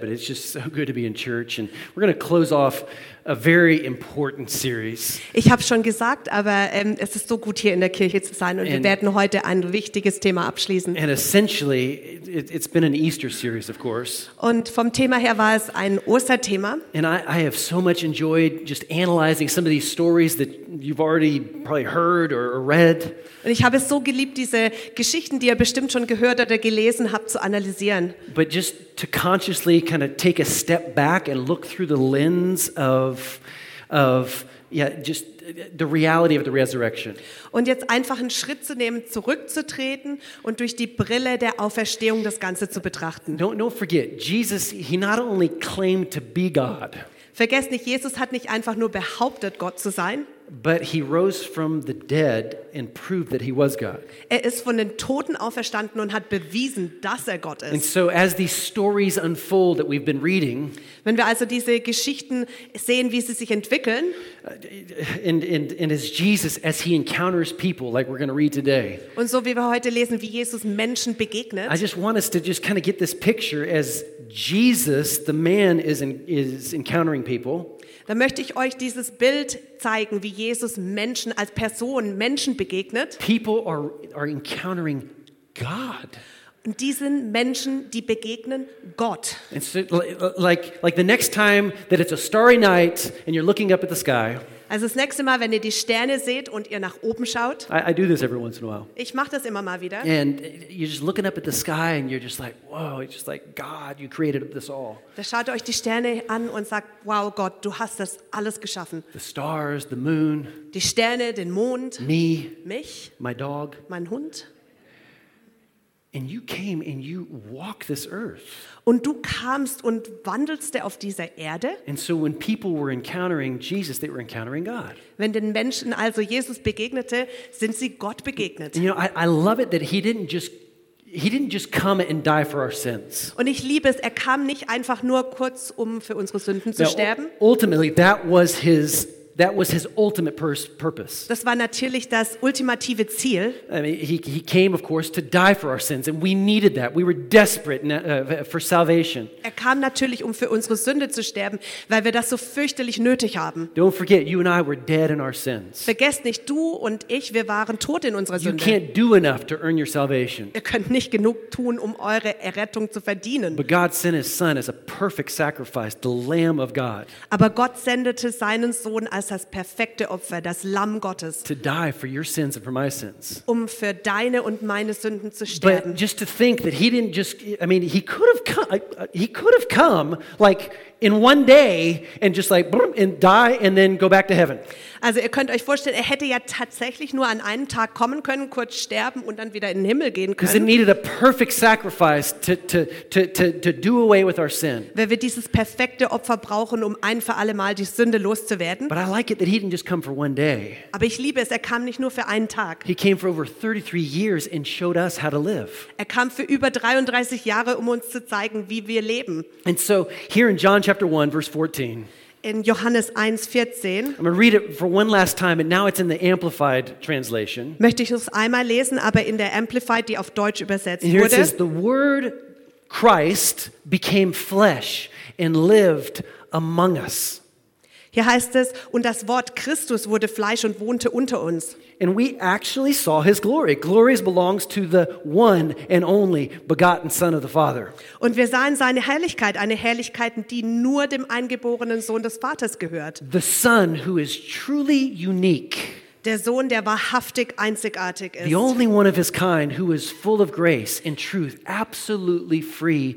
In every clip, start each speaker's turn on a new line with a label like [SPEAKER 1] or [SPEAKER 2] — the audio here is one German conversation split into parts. [SPEAKER 1] But it's just so good to be in church, and we're going to close off a very important series.
[SPEAKER 2] Ich habe schon gesagt, aber ähm, es ist so gut hier in der Kirche zu sein und wir
[SPEAKER 1] And-
[SPEAKER 2] werden heute ein wichtiges Thema abschließen.
[SPEAKER 1] And essentially, it, it's been an Easter series, of course.
[SPEAKER 2] Und vom Thema her war es ein Osterthema
[SPEAKER 1] And I, I have so much enjoyed just analyzing some of these stories that you've already probably heard or, or read.
[SPEAKER 2] und ich habe es so geliebt, diese Geschichten, die ihr bestimmt schon gehört oder gelesen habt, zu analysieren.
[SPEAKER 1] But just to consciously kind of take a step back and look through the lens of, of yeah, just the reality of the resurrection.
[SPEAKER 2] Und jetzt einfach einen Schritt zu nehmen, zurückzutreten und durch die Brille der Auferstehung das Ganze zu betrachten.
[SPEAKER 1] Don't, don't forget, Jesus, he not only claimed to be God,
[SPEAKER 2] Vergesst nicht, Jesus hat nicht einfach nur behauptet, Gott zu sein.
[SPEAKER 1] but he rose from the dead and proved that he was God.
[SPEAKER 2] Er ist von den Toten auferstanden und hat bewiesen, dass er Gott ist.
[SPEAKER 1] And so, as these stories unfold that we've been reading,
[SPEAKER 2] Wenn wir also diese Geschichten sehen, wie sie sich entwickeln,
[SPEAKER 1] and, and, and as Jesus, as he encounters people like we're going to read today,
[SPEAKER 2] und so wie wir heute lesen, wie Jesus Menschen
[SPEAKER 1] I
[SPEAKER 2] begegnet,
[SPEAKER 1] just want us to just kind of get this picture as Jesus, the man, is, in, is encountering people,
[SPEAKER 2] dann möchte ich euch dieses Bild zeigen, wie Jesus Menschen als Person, Menschen begegnet.
[SPEAKER 1] people are, are encountering God.
[SPEAKER 2] Und diesen Menschen, die begegnen Gott.
[SPEAKER 1] And so, li- like, like the next time that it's a starry night and you're looking up at the sky,
[SPEAKER 2] Also das nächste Mal, wenn ihr die Sterne seht und ihr nach oben schaut,
[SPEAKER 1] I, I do this every once in a while.
[SPEAKER 2] ich mache das immer mal wieder,
[SPEAKER 1] And you're just looking up at the sky and you're just like, whoa, it's just like, God, you created this all.
[SPEAKER 2] da schaut ihr euch die Sterne an und sagt, wow Gott, du hast das alles geschaffen.
[SPEAKER 1] The stars, the moon,
[SPEAKER 2] Die Sterne, den Mond,
[SPEAKER 1] me,
[SPEAKER 2] mich,
[SPEAKER 1] my dog.
[SPEAKER 2] mein Hund.
[SPEAKER 1] And you came and you walked this earth.
[SPEAKER 2] Und du kamst und wandelste auf dieser Erde.
[SPEAKER 1] And so when people were encountering Jesus, they were encountering God.
[SPEAKER 2] Wenn den Menschen also Jesus begegnete, sind sie Gott begegnet.
[SPEAKER 1] And you know, I, I love it that he didn't just he didn't just come and die for our sins.
[SPEAKER 2] Und ich liebe es, er kam nicht einfach nur kurz, um für unsere Sünden zu
[SPEAKER 1] Now,
[SPEAKER 2] sterben.
[SPEAKER 1] ultimately, that was his that was his ultimate pers- purpose.
[SPEAKER 2] Das war natürlich das ultimative Ziel.
[SPEAKER 1] I mean, he, he came, of course, to die for our sins, and we needed that. We were desperate in- uh, for salvation.
[SPEAKER 2] Er kam natürlich, um für unsere Sünde zu sterben, weil wir das so fürchterlich nötig haben.
[SPEAKER 1] Don't forget, you and I were dead in our sins.
[SPEAKER 2] Vergesst nicht, du und ich, wir waren tot in unserer
[SPEAKER 1] You
[SPEAKER 2] Sünde.
[SPEAKER 1] can't do enough to earn your salvation.
[SPEAKER 2] Ihr könnt nicht genug tun, um eure Errettung zu verdienen.
[SPEAKER 1] But God sent his son as a perfect sacrifice, the Lamb of God,
[SPEAKER 2] Aber Gott sendete seinen Sohn als das perfekte Opfer, das Lamm Gottes,
[SPEAKER 1] to die for your sins and for my sins.
[SPEAKER 2] um für deine und meine Sünden zu sterben.
[SPEAKER 1] But just to think that he didn't just, I mean, he could have come, he could have come like in one day and just like, boom, and die and then go back to heaven.
[SPEAKER 2] Also ihr könnt euch vorstellen, er hätte ja tatsächlich nur an einem Tag kommen können, kurz sterben und dann wieder in den Himmel gehen
[SPEAKER 1] Because it
[SPEAKER 2] können.
[SPEAKER 1] needed a perfect sacrifice to, to, to, to, to do away with our sin.
[SPEAKER 2] Weil wir dieses perfekte Opfer brauchen, um ein für alle Mal die Sünde loszuwerden.
[SPEAKER 1] But I like it that he didn't just come for one day.
[SPEAKER 2] Aber ich liebe es, er kam nicht nur für einen Tag.
[SPEAKER 1] He came for over 33 years and showed us how to live.
[SPEAKER 2] Er kam für über 33 Jahre, um uns zu zeigen, wie wir leben.
[SPEAKER 1] And so here in John chapter 1, verse 14,
[SPEAKER 2] In Johannes 1,14
[SPEAKER 1] I'm going to read it for one last time, and now it's in the Amplified translation.
[SPEAKER 2] möchte ich es einmal lesen, aber in der Amplified, die auf Deutsch übersetzt
[SPEAKER 1] And here it says,
[SPEAKER 2] wurde.
[SPEAKER 1] The Word Christ became flesh and lived among us.
[SPEAKER 2] Hier heißt es, und das Wort Christus wurde Fleisch und wohnte unter uns.
[SPEAKER 1] And we actually saw his glory. Glory belongs to the one and only begotten Son of the Father.
[SPEAKER 2] Und wir sahen seine Herrlichkeit, eine Herrlichkeit, die nur dem eingeborenen Sohn des Vaters gehört.
[SPEAKER 1] The Son who is truly unique,
[SPEAKER 2] Der Sohn, der wahrhaftig einzigartig ist.
[SPEAKER 1] the only one of his kind who is full of grace and truth, absolutely free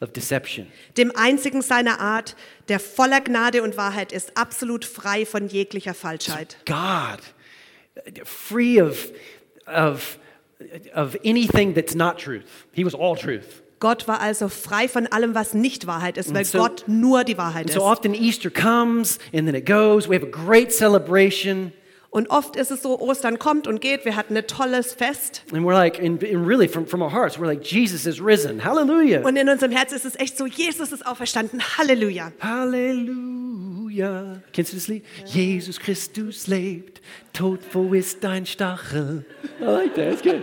[SPEAKER 1] of deception.
[SPEAKER 2] Dem einzigen seiner Art, der voller Gnade und Wahrheit ist, absolut frei von jeglicher Falschheit.
[SPEAKER 1] God, free of, of, of anything that's not truth. He was all truth.
[SPEAKER 2] Gott war also frei von allem, was nicht Wahrheit ist, weil
[SPEAKER 1] so-
[SPEAKER 2] Gott nur die Wahrheit
[SPEAKER 1] And
[SPEAKER 2] ist.
[SPEAKER 1] so often Easter comes and then it goes. We have a great celebration.
[SPEAKER 2] Und oft ist es so, Ostern kommt und geht, wir hatten ein tolles Fest.
[SPEAKER 1] And we're like, and, and really from, from our hearts, we're like, Jesus is risen. Hallelujah.
[SPEAKER 2] Und in unserem Herz ist es echt so, Jesus ist auferstanden, Halleluja.
[SPEAKER 1] Halleluja. Kennst du das Lied? Jesus Christus lebt. Tod, wo ist dein Stachel? I like that. It's good.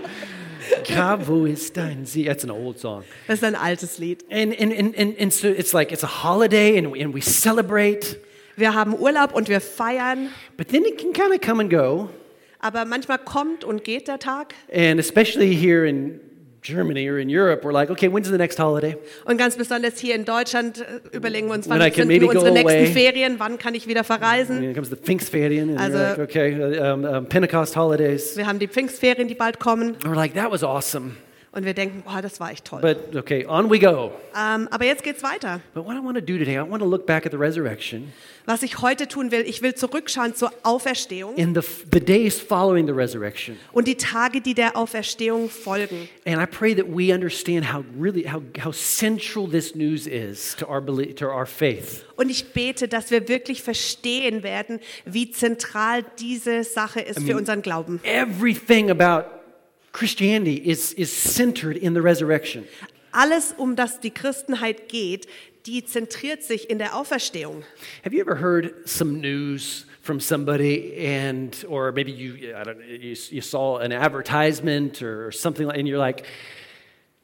[SPEAKER 1] Grab, wo ist dein Sieg? That's an old song.
[SPEAKER 2] Das ist ein altes Lied.
[SPEAKER 1] And, and, and, and, and so it's like it's a holiday and we, and we celebrate,
[SPEAKER 2] Wir haben Urlaub und wir feiern,
[SPEAKER 1] but then it can kind of come and go.
[SPEAKER 2] aber manchmal kommt und geht der Tag.
[SPEAKER 1] And especially here in Germany or in Europe, we're like, okay, when's the next holiday?
[SPEAKER 2] Und ganz besonders hier in Deutschland äh, überlegen wir uns, wann
[SPEAKER 1] When I can
[SPEAKER 2] sind
[SPEAKER 1] maybe go
[SPEAKER 2] unsere nächsten
[SPEAKER 1] away.
[SPEAKER 2] Ferien, wann kann ich wieder verreisen.
[SPEAKER 1] And then comes the Pfingstferien, and
[SPEAKER 2] Also-
[SPEAKER 1] you're like, okay, uh, um, um, Pentecost holidays.
[SPEAKER 2] Wir haben die Pfingstferien, die bald kommen.
[SPEAKER 1] And we're like, that was awesome.
[SPEAKER 2] Und wir denken, boah, das war echt toll.
[SPEAKER 1] But okay, on we go.
[SPEAKER 2] ähm, aber jetzt geht's weiter.
[SPEAKER 1] But what I want to do today, I want to look back at the resurrection
[SPEAKER 2] Was ich heute tun will, ich will zurückschauen zur Auferstehung
[SPEAKER 1] and the, f- the days following the resurrection.
[SPEAKER 2] und die Tage, die der Auferstehung folgen.
[SPEAKER 1] And I pray that we understand how really how, how central this news is to our belie- to our faith.
[SPEAKER 2] Und ich bete, dass wir wirklich verstehen werden, wie zentral diese Sache ist für unseren Glauben.
[SPEAKER 1] Everything about Christianity is is centered in the resurrection.
[SPEAKER 2] Alles, um das die Christenheit geht, die zentriert sich in der Auferstehung.
[SPEAKER 1] Have you ever heard some news from somebody and or maybe you I don't you, you saw an advertisement or something like and you're like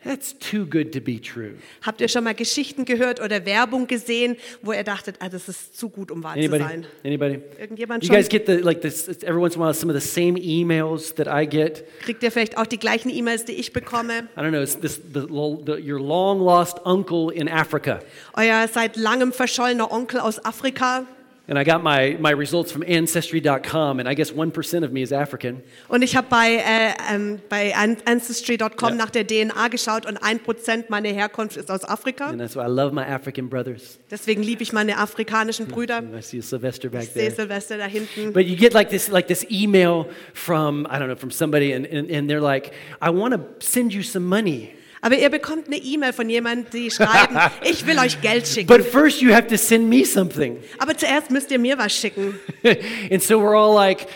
[SPEAKER 1] that's too good to be true.
[SPEAKER 2] Habt ihr schon mal Geschichten gehört oder Werbung gesehen, wo ihr dachtet, ah, das ist zu gut, um wahr zu
[SPEAKER 1] Anybody?
[SPEAKER 2] sein?
[SPEAKER 1] Anybody?
[SPEAKER 2] Irgendjemand
[SPEAKER 1] you
[SPEAKER 2] schon?
[SPEAKER 1] guys get the like this every once in a while some of the same emails that I get.
[SPEAKER 2] Kriegt ihr vielleicht auch die gleichen E-Mails, die ich bekomme?
[SPEAKER 1] I don't know. It's this the, lo- the, your long lost uncle in Africa,
[SPEAKER 2] Euer seit langem verschollener Onkel aus Afrika.
[SPEAKER 1] and I got my my results from Ancestry.com, and I guess one percent of me is African.
[SPEAKER 2] Und ich habe bei, äh, ähm, bei An- Ancestry.com
[SPEAKER 1] Ja.
[SPEAKER 2] nach der DNA geschaut und ein Prozent meiner Herkunft ist aus Afrika.
[SPEAKER 1] And that's why I love my African brothers.
[SPEAKER 2] Deswegen liebe ich meine afrikanischen Brüder.
[SPEAKER 1] And I see Sylvester back
[SPEAKER 2] Ich sehe
[SPEAKER 1] there.
[SPEAKER 2] Silvester da hinten.
[SPEAKER 1] But you get like this, like this email from I don't know from somebody, and, and, and they're like, "I want to send you some money,
[SPEAKER 2] Aber ihr bekommt eine E-Mail von jemandem, die schreiben, ich will euch Geld schicken.
[SPEAKER 1] but first you have to send me something."
[SPEAKER 2] Aber zuerst müsst ihr mir was schicken.
[SPEAKER 1] and so we're all like,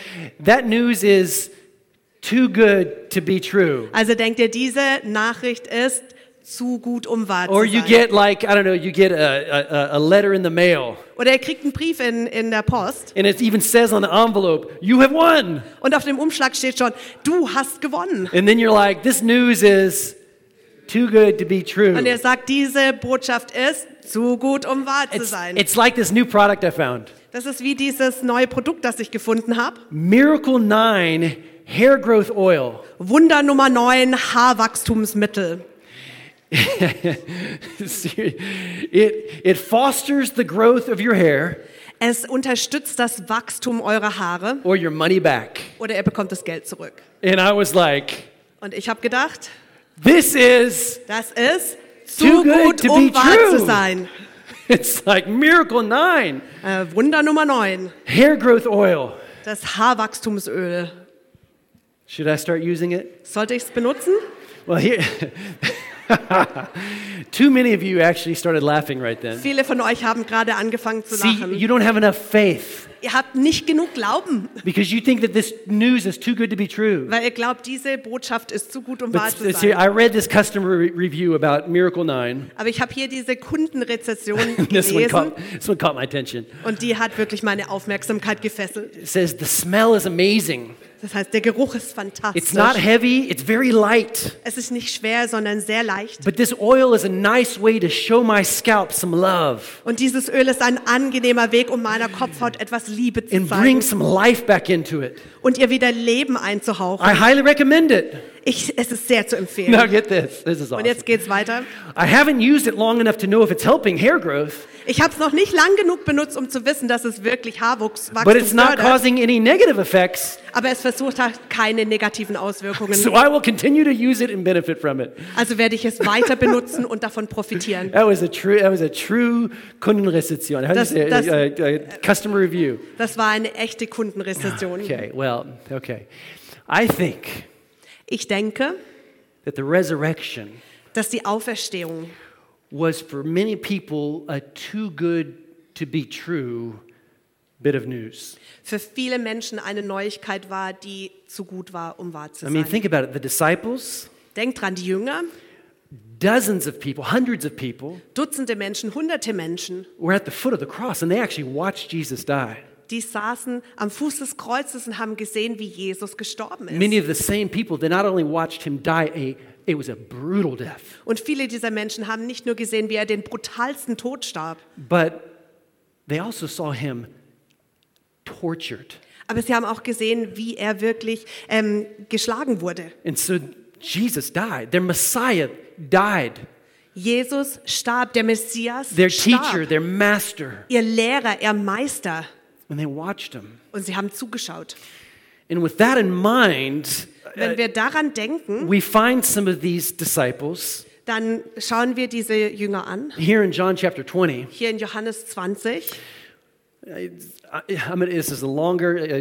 [SPEAKER 1] "That news is too good to be true."
[SPEAKER 2] Also denkt ihr, diese Nachricht ist zu gut, um wahr
[SPEAKER 1] Or
[SPEAKER 2] zu
[SPEAKER 1] you
[SPEAKER 2] sein.
[SPEAKER 1] get like I don't know, you get a, a, a letter in the mail.
[SPEAKER 2] Oder ihr kriegt einen Brief in, in der Post
[SPEAKER 1] And it even says on the envelope, you have won.
[SPEAKER 2] und auf dem Umschlag steht schon, du hast gewonnen.
[SPEAKER 1] And then you're like, this news is too good to be true.
[SPEAKER 2] Und er sagt, diese Botschaft ist zu gut, um wahr zu
[SPEAKER 1] It's,
[SPEAKER 2] sein.
[SPEAKER 1] it's like this new product I found
[SPEAKER 2] Das ist wie dieses neue Produkt, das ich gefunden habe.
[SPEAKER 1] Miracle 9 hair growth oil.
[SPEAKER 2] Wunder Nummer 9, Haarwachstumsmittel.
[SPEAKER 1] it, it fosters the growth of your hair
[SPEAKER 2] Es unterstützt das Wachstum eurer Haare
[SPEAKER 1] or your money back.
[SPEAKER 2] oder ihr bekommt das Geld zurück.
[SPEAKER 1] And I was like,
[SPEAKER 2] Und ich habe gedacht,
[SPEAKER 1] this is,
[SPEAKER 2] das ist
[SPEAKER 1] Too
[SPEAKER 2] zu
[SPEAKER 1] good
[SPEAKER 2] gut,
[SPEAKER 1] to
[SPEAKER 2] um
[SPEAKER 1] be
[SPEAKER 2] wahr
[SPEAKER 1] true.
[SPEAKER 2] zu sein.
[SPEAKER 1] it's like Miracle 9
[SPEAKER 2] Äh, Wunder Nummer 9,
[SPEAKER 1] hair growth oil.
[SPEAKER 2] das Haarwachstumsöl.
[SPEAKER 1] Should I start using it?
[SPEAKER 2] Sollte ich es benutzen?
[SPEAKER 1] Well, here, too many of you actually started laughing right then.
[SPEAKER 2] Viele von euch haben gerade angefangen zu
[SPEAKER 1] See,
[SPEAKER 2] lachen.
[SPEAKER 1] you don't have enough faith
[SPEAKER 2] Ihr habt nicht genug Glauben,
[SPEAKER 1] because you think that this news is too good to be true.
[SPEAKER 2] weil ihr glaubt, diese Botschaft ist zu gut, um wahr
[SPEAKER 1] But
[SPEAKER 2] zu
[SPEAKER 1] it's here,
[SPEAKER 2] sein.
[SPEAKER 1] I read this customer re- review about Miracle Nine.
[SPEAKER 2] Aber ich habe hier diese Kundenrezession
[SPEAKER 1] This one,
[SPEAKER 2] gelesen
[SPEAKER 1] caught, this one caught my attention.
[SPEAKER 2] und die hat wirklich meine Aufmerksamkeit gefesselt.
[SPEAKER 1] It says the smell is amazing.
[SPEAKER 2] Das heißt, der Geruch ist
[SPEAKER 1] It's not
[SPEAKER 2] fantastisch.
[SPEAKER 1] heavy. It's very light.
[SPEAKER 2] Es ist nicht schwer, sondern sehr leicht.
[SPEAKER 1] But this oil is a nice way to show my scalp some love
[SPEAKER 2] Und dieses Öl ist ein angenehmer Weg, um meiner Kopfhaut etwas Liebe zu
[SPEAKER 1] and bring
[SPEAKER 2] zeigen
[SPEAKER 1] some life back into it.
[SPEAKER 2] und ihr wieder Leben einzuhauchen.
[SPEAKER 1] I highly recommend it.
[SPEAKER 2] Ich, es ist sehr zu empfehlen.
[SPEAKER 1] Now get this. This is
[SPEAKER 2] Und
[SPEAKER 1] awesome.
[SPEAKER 2] jetzt geht's weiter.
[SPEAKER 1] I haven't used it long enough to know if it's helping hair growth,
[SPEAKER 2] Ich habe es noch nicht lang genug benutzt, um zu wissen, dass es wirklich Haarwuchs
[SPEAKER 1] but it's not
[SPEAKER 2] fördert,
[SPEAKER 1] causing any negative effects,
[SPEAKER 2] aber es versucht hat keine negativen Auswirkungen.
[SPEAKER 1] so I will continue to use it and benefit from it.
[SPEAKER 2] Also werde ich es weiter benutzen und davon profitieren.
[SPEAKER 1] That was a true, that was a true Kundenrezession. How do you
[SPEAKER 2] Das-
[SPEAKER 1] say it?
[SPEAKER 2] das-
[SPEAKER 1] Uh, uh, customer review.
[SPEAKER 2] Das war eine echte Kundenrezession.
[SPEAKER 1] Ah, Okay, well, okay. I think
[SPEAKER 2] Ich denke,
[SPEAKER 1] that the resurrection
[SPEAKER 2] dass die Auferstehung
[SPEAKER 1] was for many people a too good to be true bit of news.
[SPEAKER 2] für viele Menschen eine Neuigkeit war, die zu gut war, um wahr zu
[SPEAKER 1] I mean,
[SPEAKER 2] sein.
[SPEAKER 1] think about it. The disciples,
[SPEAKER 2] Denkt dran, die Jünger,
[SPEAKER 1] dozens of people, hundreds of people,
[SPEAKER 2] Dutzende Menschen, Hunderte Menschen,
[SPEAKER 1] were at the foot of the cross and they actually watched Jesus die.
[SPEAKER 2] die saßen am Fuß des Kreuzes und haben gesehen, wie Jesus gestorben ist.
[SPEAKER 1] Many of the same people that not only watched him die, a, it was a brutal death,
[SPEAKER 2] Und viele dieser Menschen haben nicht nur gesehen, wie er den brutalsten Tod starb,
[SPEAKER 1] but they also saw him tortured.
[SPEAKER 2] aber sie haben auch gesehen, wie er wirklich ähm, geschlagen wurde.
[SPEAKER 1] And so Jesus died. Their Messiah died.
[SPEAKER 2] Jesus starb, der Messias
[SPEAKER 1] Their
[SPEAKER 2] starb,
[SPEAKER 1] teacher, their master.
[SPEAKER 2] ihr Lehrer, ihr Meister.
[SPEAKER 1] And they watched him.
[SPEAKER 2] Und sie haben zugeschaut.
[SPEAKER 1] And with that in mind,
[SPEAKER 2] Wenn wir daran denken,
[SPEAKER 1] we find some of these disciples
[SPEAKER 2] dann schauen wir diese Jünger an.
[SPEAKER 1] here in John chapter 20.
[SPEAKER 2] Hier in Johannes 20.
[SPEAKER 1] I, I mean, this is a longer, uh,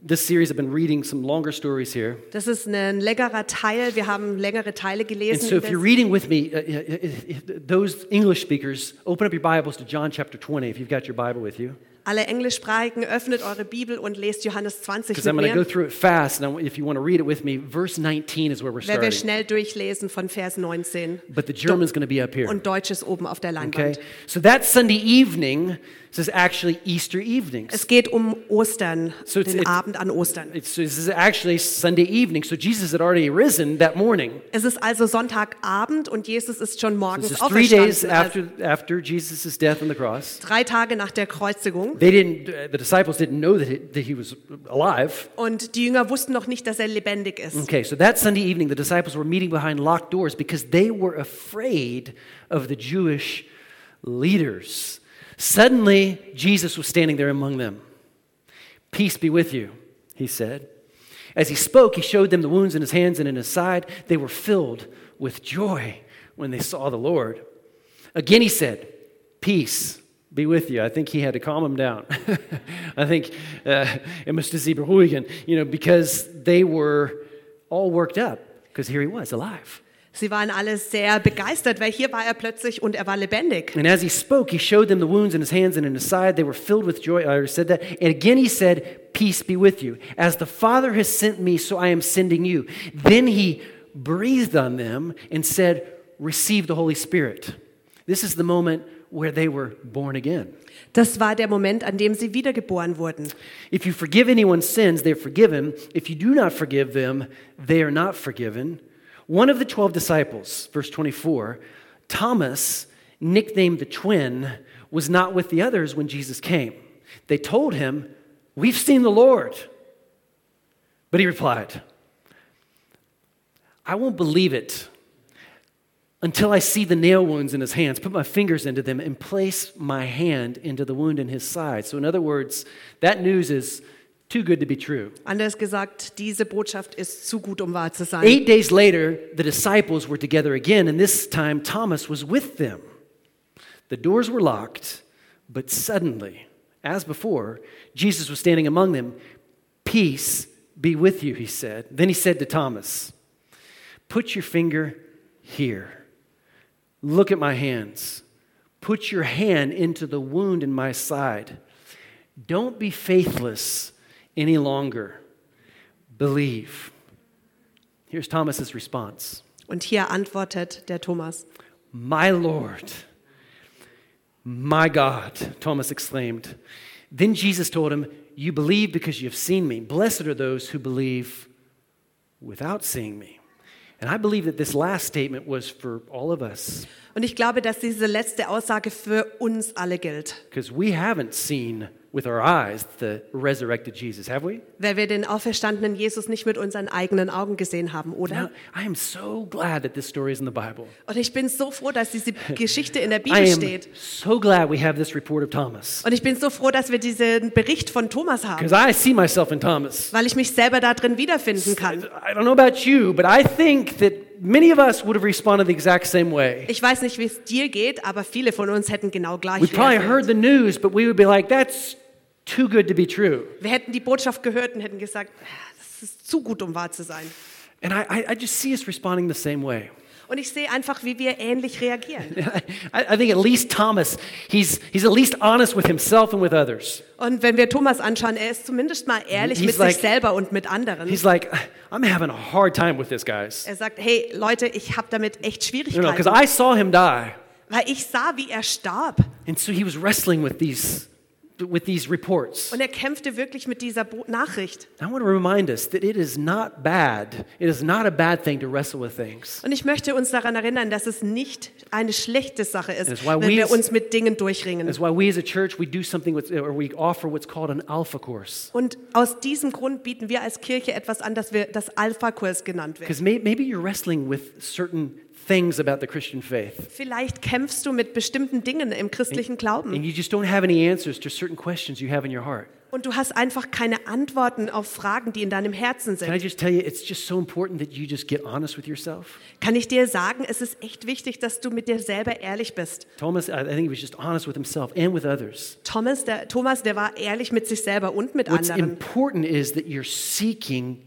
[SPEAKER 1] this series, I've been reading some longer stories here.
[SPEAKER 2] Das ist ein längerer Teil. Wir haben längere Teile
[SPEAKER 1] And
[SPEAKER 2] gelesen.
[SPEAKER 1] so, if
[SPEAKER 2] über-
[SPEAKER 1] you're reading with me, uh, uh, uh, uh, those English speakers, open up your Bibles to John chapter 20 if you've got your Bible with you.
[SPEAKER 2] Alle Englischsprachigen, öffnet eure Bibel und lest Johannes 20
[SPEAKER 1] Because
[SPEAKER 2] mit
[SPEAKER 1] I'm going to go
[SPEAKER 2] mir.
[SPEAKER 1] through it fast. And I want- if you want to read it with me, verse 19 is where we're
[SPEAKER 2] Wer wir
[SPEAKER 1] starting.
[SPEAKER 2] schnell durchlesen von Vers 19.
[SPEAKER 1] But the German's going to be up here.
[SPEAKER 2] Und Deutsch ist oben auf der
[SPEAKER 1] Okay?
[SPEAKER 2] Leinwand.
[SPEAKER 1] So, that Sunday evening, this is actually Easter evening.
[SPEAKER 2] Es geht um Ostern,
[SPEAKER 1] So it's-
[SPEAKER 2] den
[SPEAKER 1] it's-
[SPEAKER 2] Abend an Ostern.
[SPEAKER 1] It's, so this is actually Sunday evening. So, Jesus had already risen that morning.
[SPEAKER 2] Es ist also Sonntagabend und Jesus ist schon
[SPEAKER 1] This
[SPEAKER 2] morgens
[SPEAKER 1] is three days
[SPEAKER 2] auferstanden.
[SPEAKER 1] after,
[SPEAKER 2] Also
[SPEAKER 1] after Jesus' death on the cross.
[SPEAKER 2] drei Tage nach der Kreuzigung.
[SPEAKER 1] They didn't, uh, the disciples didn't know that he, that he was alive.
[SPEAKER 2] Und die Jünger wussten noch nicht, dass er lebendig ist.
[SPEAKER 1] Okay, so that Sunday evening, the disciples were meeting behind locked doors because they were afraid of the Jewish leaders. Suddenly, Jesus was standing there among them. Peace be with you, he said. As he spoke, he showed them the wounds in his hands and in his side. They were filled with joy when they saw the Lord. Again, he said, Peace be with you. I think he had to calm them down. I think uh, it must have beruhigen, you know, because they were all worked up because here he was alive.
[SPEAKER 2] Sie waren alle sehr begeistert, weil hier war er plötzlich und er war lebendig.
[SPEAKER 1] And as he spoke, he showed them the wounds in his hands and in his side. They were filled with joy. I already said that. And again he said, Peace be with you. As the Father has sent me, so I am sending you. Then he breathed on them and said, Receive the Holy Spirit. This is the moment where they were born again.
[SPEAKER 2] Das war der Moment, an dem sie wiedergeboren wurden.
[SPEAKER 1] If you forgive anyone's sins, they're forgiven. If you do not forgive them, they are not forgiven. One of the 12 disciples, verse 24, Thomas, nicknamed the twin, was not with the others when Jesus came. They told him, We've seen the Lord. But he replied, I won't believe it until I see the nail wounds in his hands, put my fingers into them, and place my hand into the wound in his side. So, in other words, that news is too good to be true.
[SPEAKER 2] Anders gesagt, diese Botschaft ist zu gut, um wahr zu sein.
[SPEAKER 1] Eight days later, the disciples were together again, and this time Thomas was with them. The doors were locked, but suddenly, as before, Jesus was standing among them. Peace be with you, he said. Then he said to Thomas, Put your finger here. Look at my hands. Put your hand into the wound in my side. Don't be faithless any longer. Believe. Here's Thomas's response.
[SPEAKER 2] Und hier antwortet der Thomas.
[SPEAKER 1] My Lord, my God, Thomas exclaimed. Then Jesus told him, You believe because you have seen me. Blessed are those who believe without seeing me. And I believe that this last statement was for all of us
[SPEAKER 2] Und ich glaube, dass diese letzte Aussage für uns alle gilt.
[SPEAKER 1] because we haven't seen with our eyes the resurrected Jesus, have we?
[SPEAKER 2] Weil wir den auferstandenen Jesus nicht mit unseren eigenen Augen gesehen haben, oder?
[SPEAKER 1] Now, I am so glad that this story is in the Bible.
[SPEAKER 2] Und ich bin so froh, dass diese Geschichte in der
[SPEAKER 1] I
[SPEAKER 2] Bibel
[SPEAKER 1] am
[SPEAKER 2] steht.
[SPEAKER 1] so glad we have this report of Thomas
[SPEAKER 2] Und ich bin so froh, dass wir diesen Bericht von Thomas haben,
[SPEAKER 1] because I see myself in Thomas.
[SPEAKER 2] weil ich mich selber da drin wiederfinden kann.
[SPEAKER 1] I don't know about you, but I think that many of us would have responded the exact same way.
[SPEAKER 2] Ich weiß nicht, wie es dir geht, aber viele von uns hätten genau gleich
[SPEAKER 1] We probably
[SPEAKER 2] reagiert.
[SPEAKER 1] heard the news, but we would be like, that's too good to be true.
[SPEAKER 2] Wir hätten die Botschaft gehört und hätten gesagt, "Ah, das ist zu gut, um wahr zu sein.
[SPEAKER 1] And I, I, I just see us responding the same way.
[SPEAKER 2] Und ich sehe einfach, wie wir ähnlich reagieren.
[SPEAKER 1] I, I think at least Thomas, he's, he's at least honest with himself and with others.
[SPEAKER 2] Und wenn wir Thomas anschauen, er ist zumindest mal ehrlich
[SPEAKER 1] He's
[SPEAKER 2] mit
[SPEAKER 1] like-
[SPEAKER 2] sich selber und mit anderen.
[SPEAKER 1] He's like, I'm having a hard time with this, guys.
[SPEAKER 2] Er sagt, hey Leute, ich habe damit echt
[SPEAKER 1] You know,
[SPEAKER 2] Schwierigkeiten,
[SPEAKER 1] because I saw him die.
[SPEAKER 2] weil ich sah, wie er starb.
[SPEAKER 1] And so he was wrestling with these with these reports.
[SPEAKER 2] Und er kämpfte wirklich mit dieser Bo Nachricht.
[SPEAKER 1] I want to remind us that it is not bad. It is not a bad thing to wrestle with things.
[SPEAKER 2] Und ich möchte uns daran erinnern, dass es nicht eine schlechte Sache ist,
[SPEAKER 1] That's why
[SPEAKER 2] wenn
[SPEAKER 1] we-
[SPEAKER 2] wir uns mit Dingen durchringen.
[SPEAKER 1] That's why we as a church we do something with, or we offer what's called an alpha course.
[SPEAKER 2] Und aus diesem Grund bieten wir als Kirche etwas an, das wir das Alpha-Kurs genannt wird.
[SPEAKER 1] Because may, maybe you're wrestling with certain things about the Christian faith,
[SPEAKER 2] Vielleicht kämpfst du mit bestimmten Dingen im christlichen Glauben
[SPEAKER 1] and you just don't have any answers to certain questions you have in your heart.
[SPEAKER 2] und du hast einfach keine Antworten auf Fragen, die in deinem Herzen
[SPEAKER 1] Can I
[SPEAKER 2] sind.
[SPEAKER 1] just tell you, it's just so important that you just get honest with yourself.
[SPEAKER 2] Kann ich dir sagen, es ist echt wichtig, dass du mit dir selber ehrlich bist.
[SPEAKER 1] Thomas, I I think he was just honest with himself and with others.
[SPEAKER 2] Thomas, der, Thomas, der war ehrlich mit sich selber und mit
[SPEAKER 1] What's
[SPEAKER 2] anderen.
[SPEAKER 1] important is that you're seeking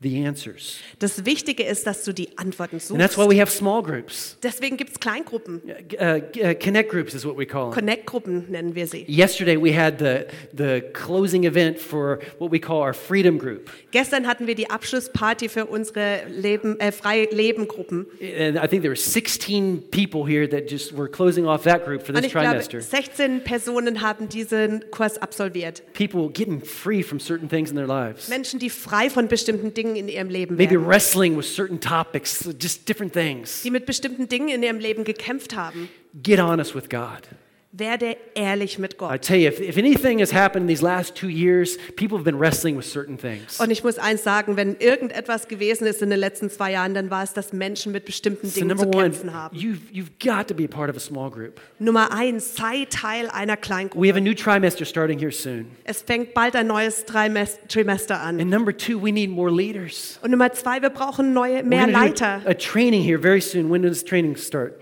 [SPEAKER 1] the answers.
[SPEAKER 2] Das Wichtige ist, dass du die Antworten
[SPEAKER 1] And that's why
[SPEAKER 2] suchst.
[SPEAKER 1] we have small groups.
[SPEAKER 2] Deswegen gibt es Kleingruppen.
[SPEAKER 1] Uh, uh, connect groups is what we call them.
[SPEAKER 2] Connect-Gruppen nennen wir sie.
[SPEAKER 1] Yesterday, we had the, the closing event for what we call our freedom group.
[SPEAKER 2] Gestern hatten wir die Abschlussparty für unsere Leben, äh, Freileben-Gruppen.
[SPEAKER 1] And I think there were 16 people here that just were closing off that group for
[SPEAKER 2] Und
[SPEAKER 1] this
[SPEAKER 2] ich glaube,
[SPEAKER 1] trimester.
[SPEAKER 2] 16 Personen haben diesen Kurs absolviert.
[SPEAKER 1] People getting free from certain things in their lives.
[SPEAKER 2] Menschen, die frei von bestimmten Dingen in ihrem Leben
[SPEAKER 1] Maybe
[SPEAKER 2] waren,
[SPEAKER 1] wrestling with certain topics, just different things.
[SPEAKER 2] die mit bestimmten Dingen in ihrem Leben gekämpft haben.
[SPEAKER 1] Get honest with God.
[SPEAKER 2] Werde ehrlich mit
[SPEAKER 1] I
[SPEAKER 2] Gott.
[SPEAKER 1] tell you, if, if anything has happened in these last two years, people have been wrestling with certain things.
[SPEAKER 2] Und ich muss eins sagen, wenn irgendetwas gewesen ist in den letzten zwei Jahren, dann war es, dass Menschen mit bestimmten
[SPEAKER 1] So,
[SPEAKER 2] Dingen
[SPEAKER 1] number
[SPEAKER 2] zu kämpfen
[SPEAKER 1] one,
[SPEAKER 2] haben.
[SPEAKER 1] you've, you've got to be a part of a small group.
[SPEAKER 2] Nummer eins, sei Teil
[SPEAKER 1] We
[SPEAKER 2] einer
[SPEAKER 1] have a
[SPEAKER 2] Kleingruppe.
[SPEAKER 1] new trimester starting here soon.
[SPEAKER 2] Es fängt bald ein neues Trimes- Trimester an.
[SPEAKER 1] And number two, we need more leaders.
[SPEAKER 2] Und Nummer zwei, wir brauchen neue,
[SPEAKER 1] We're
[SPEAKER 2] mehr
[SPEAKER 1] gonna do
[SPEAKER 2] Leiter.
[SPEAKER 1] A training here very soon. When does training start?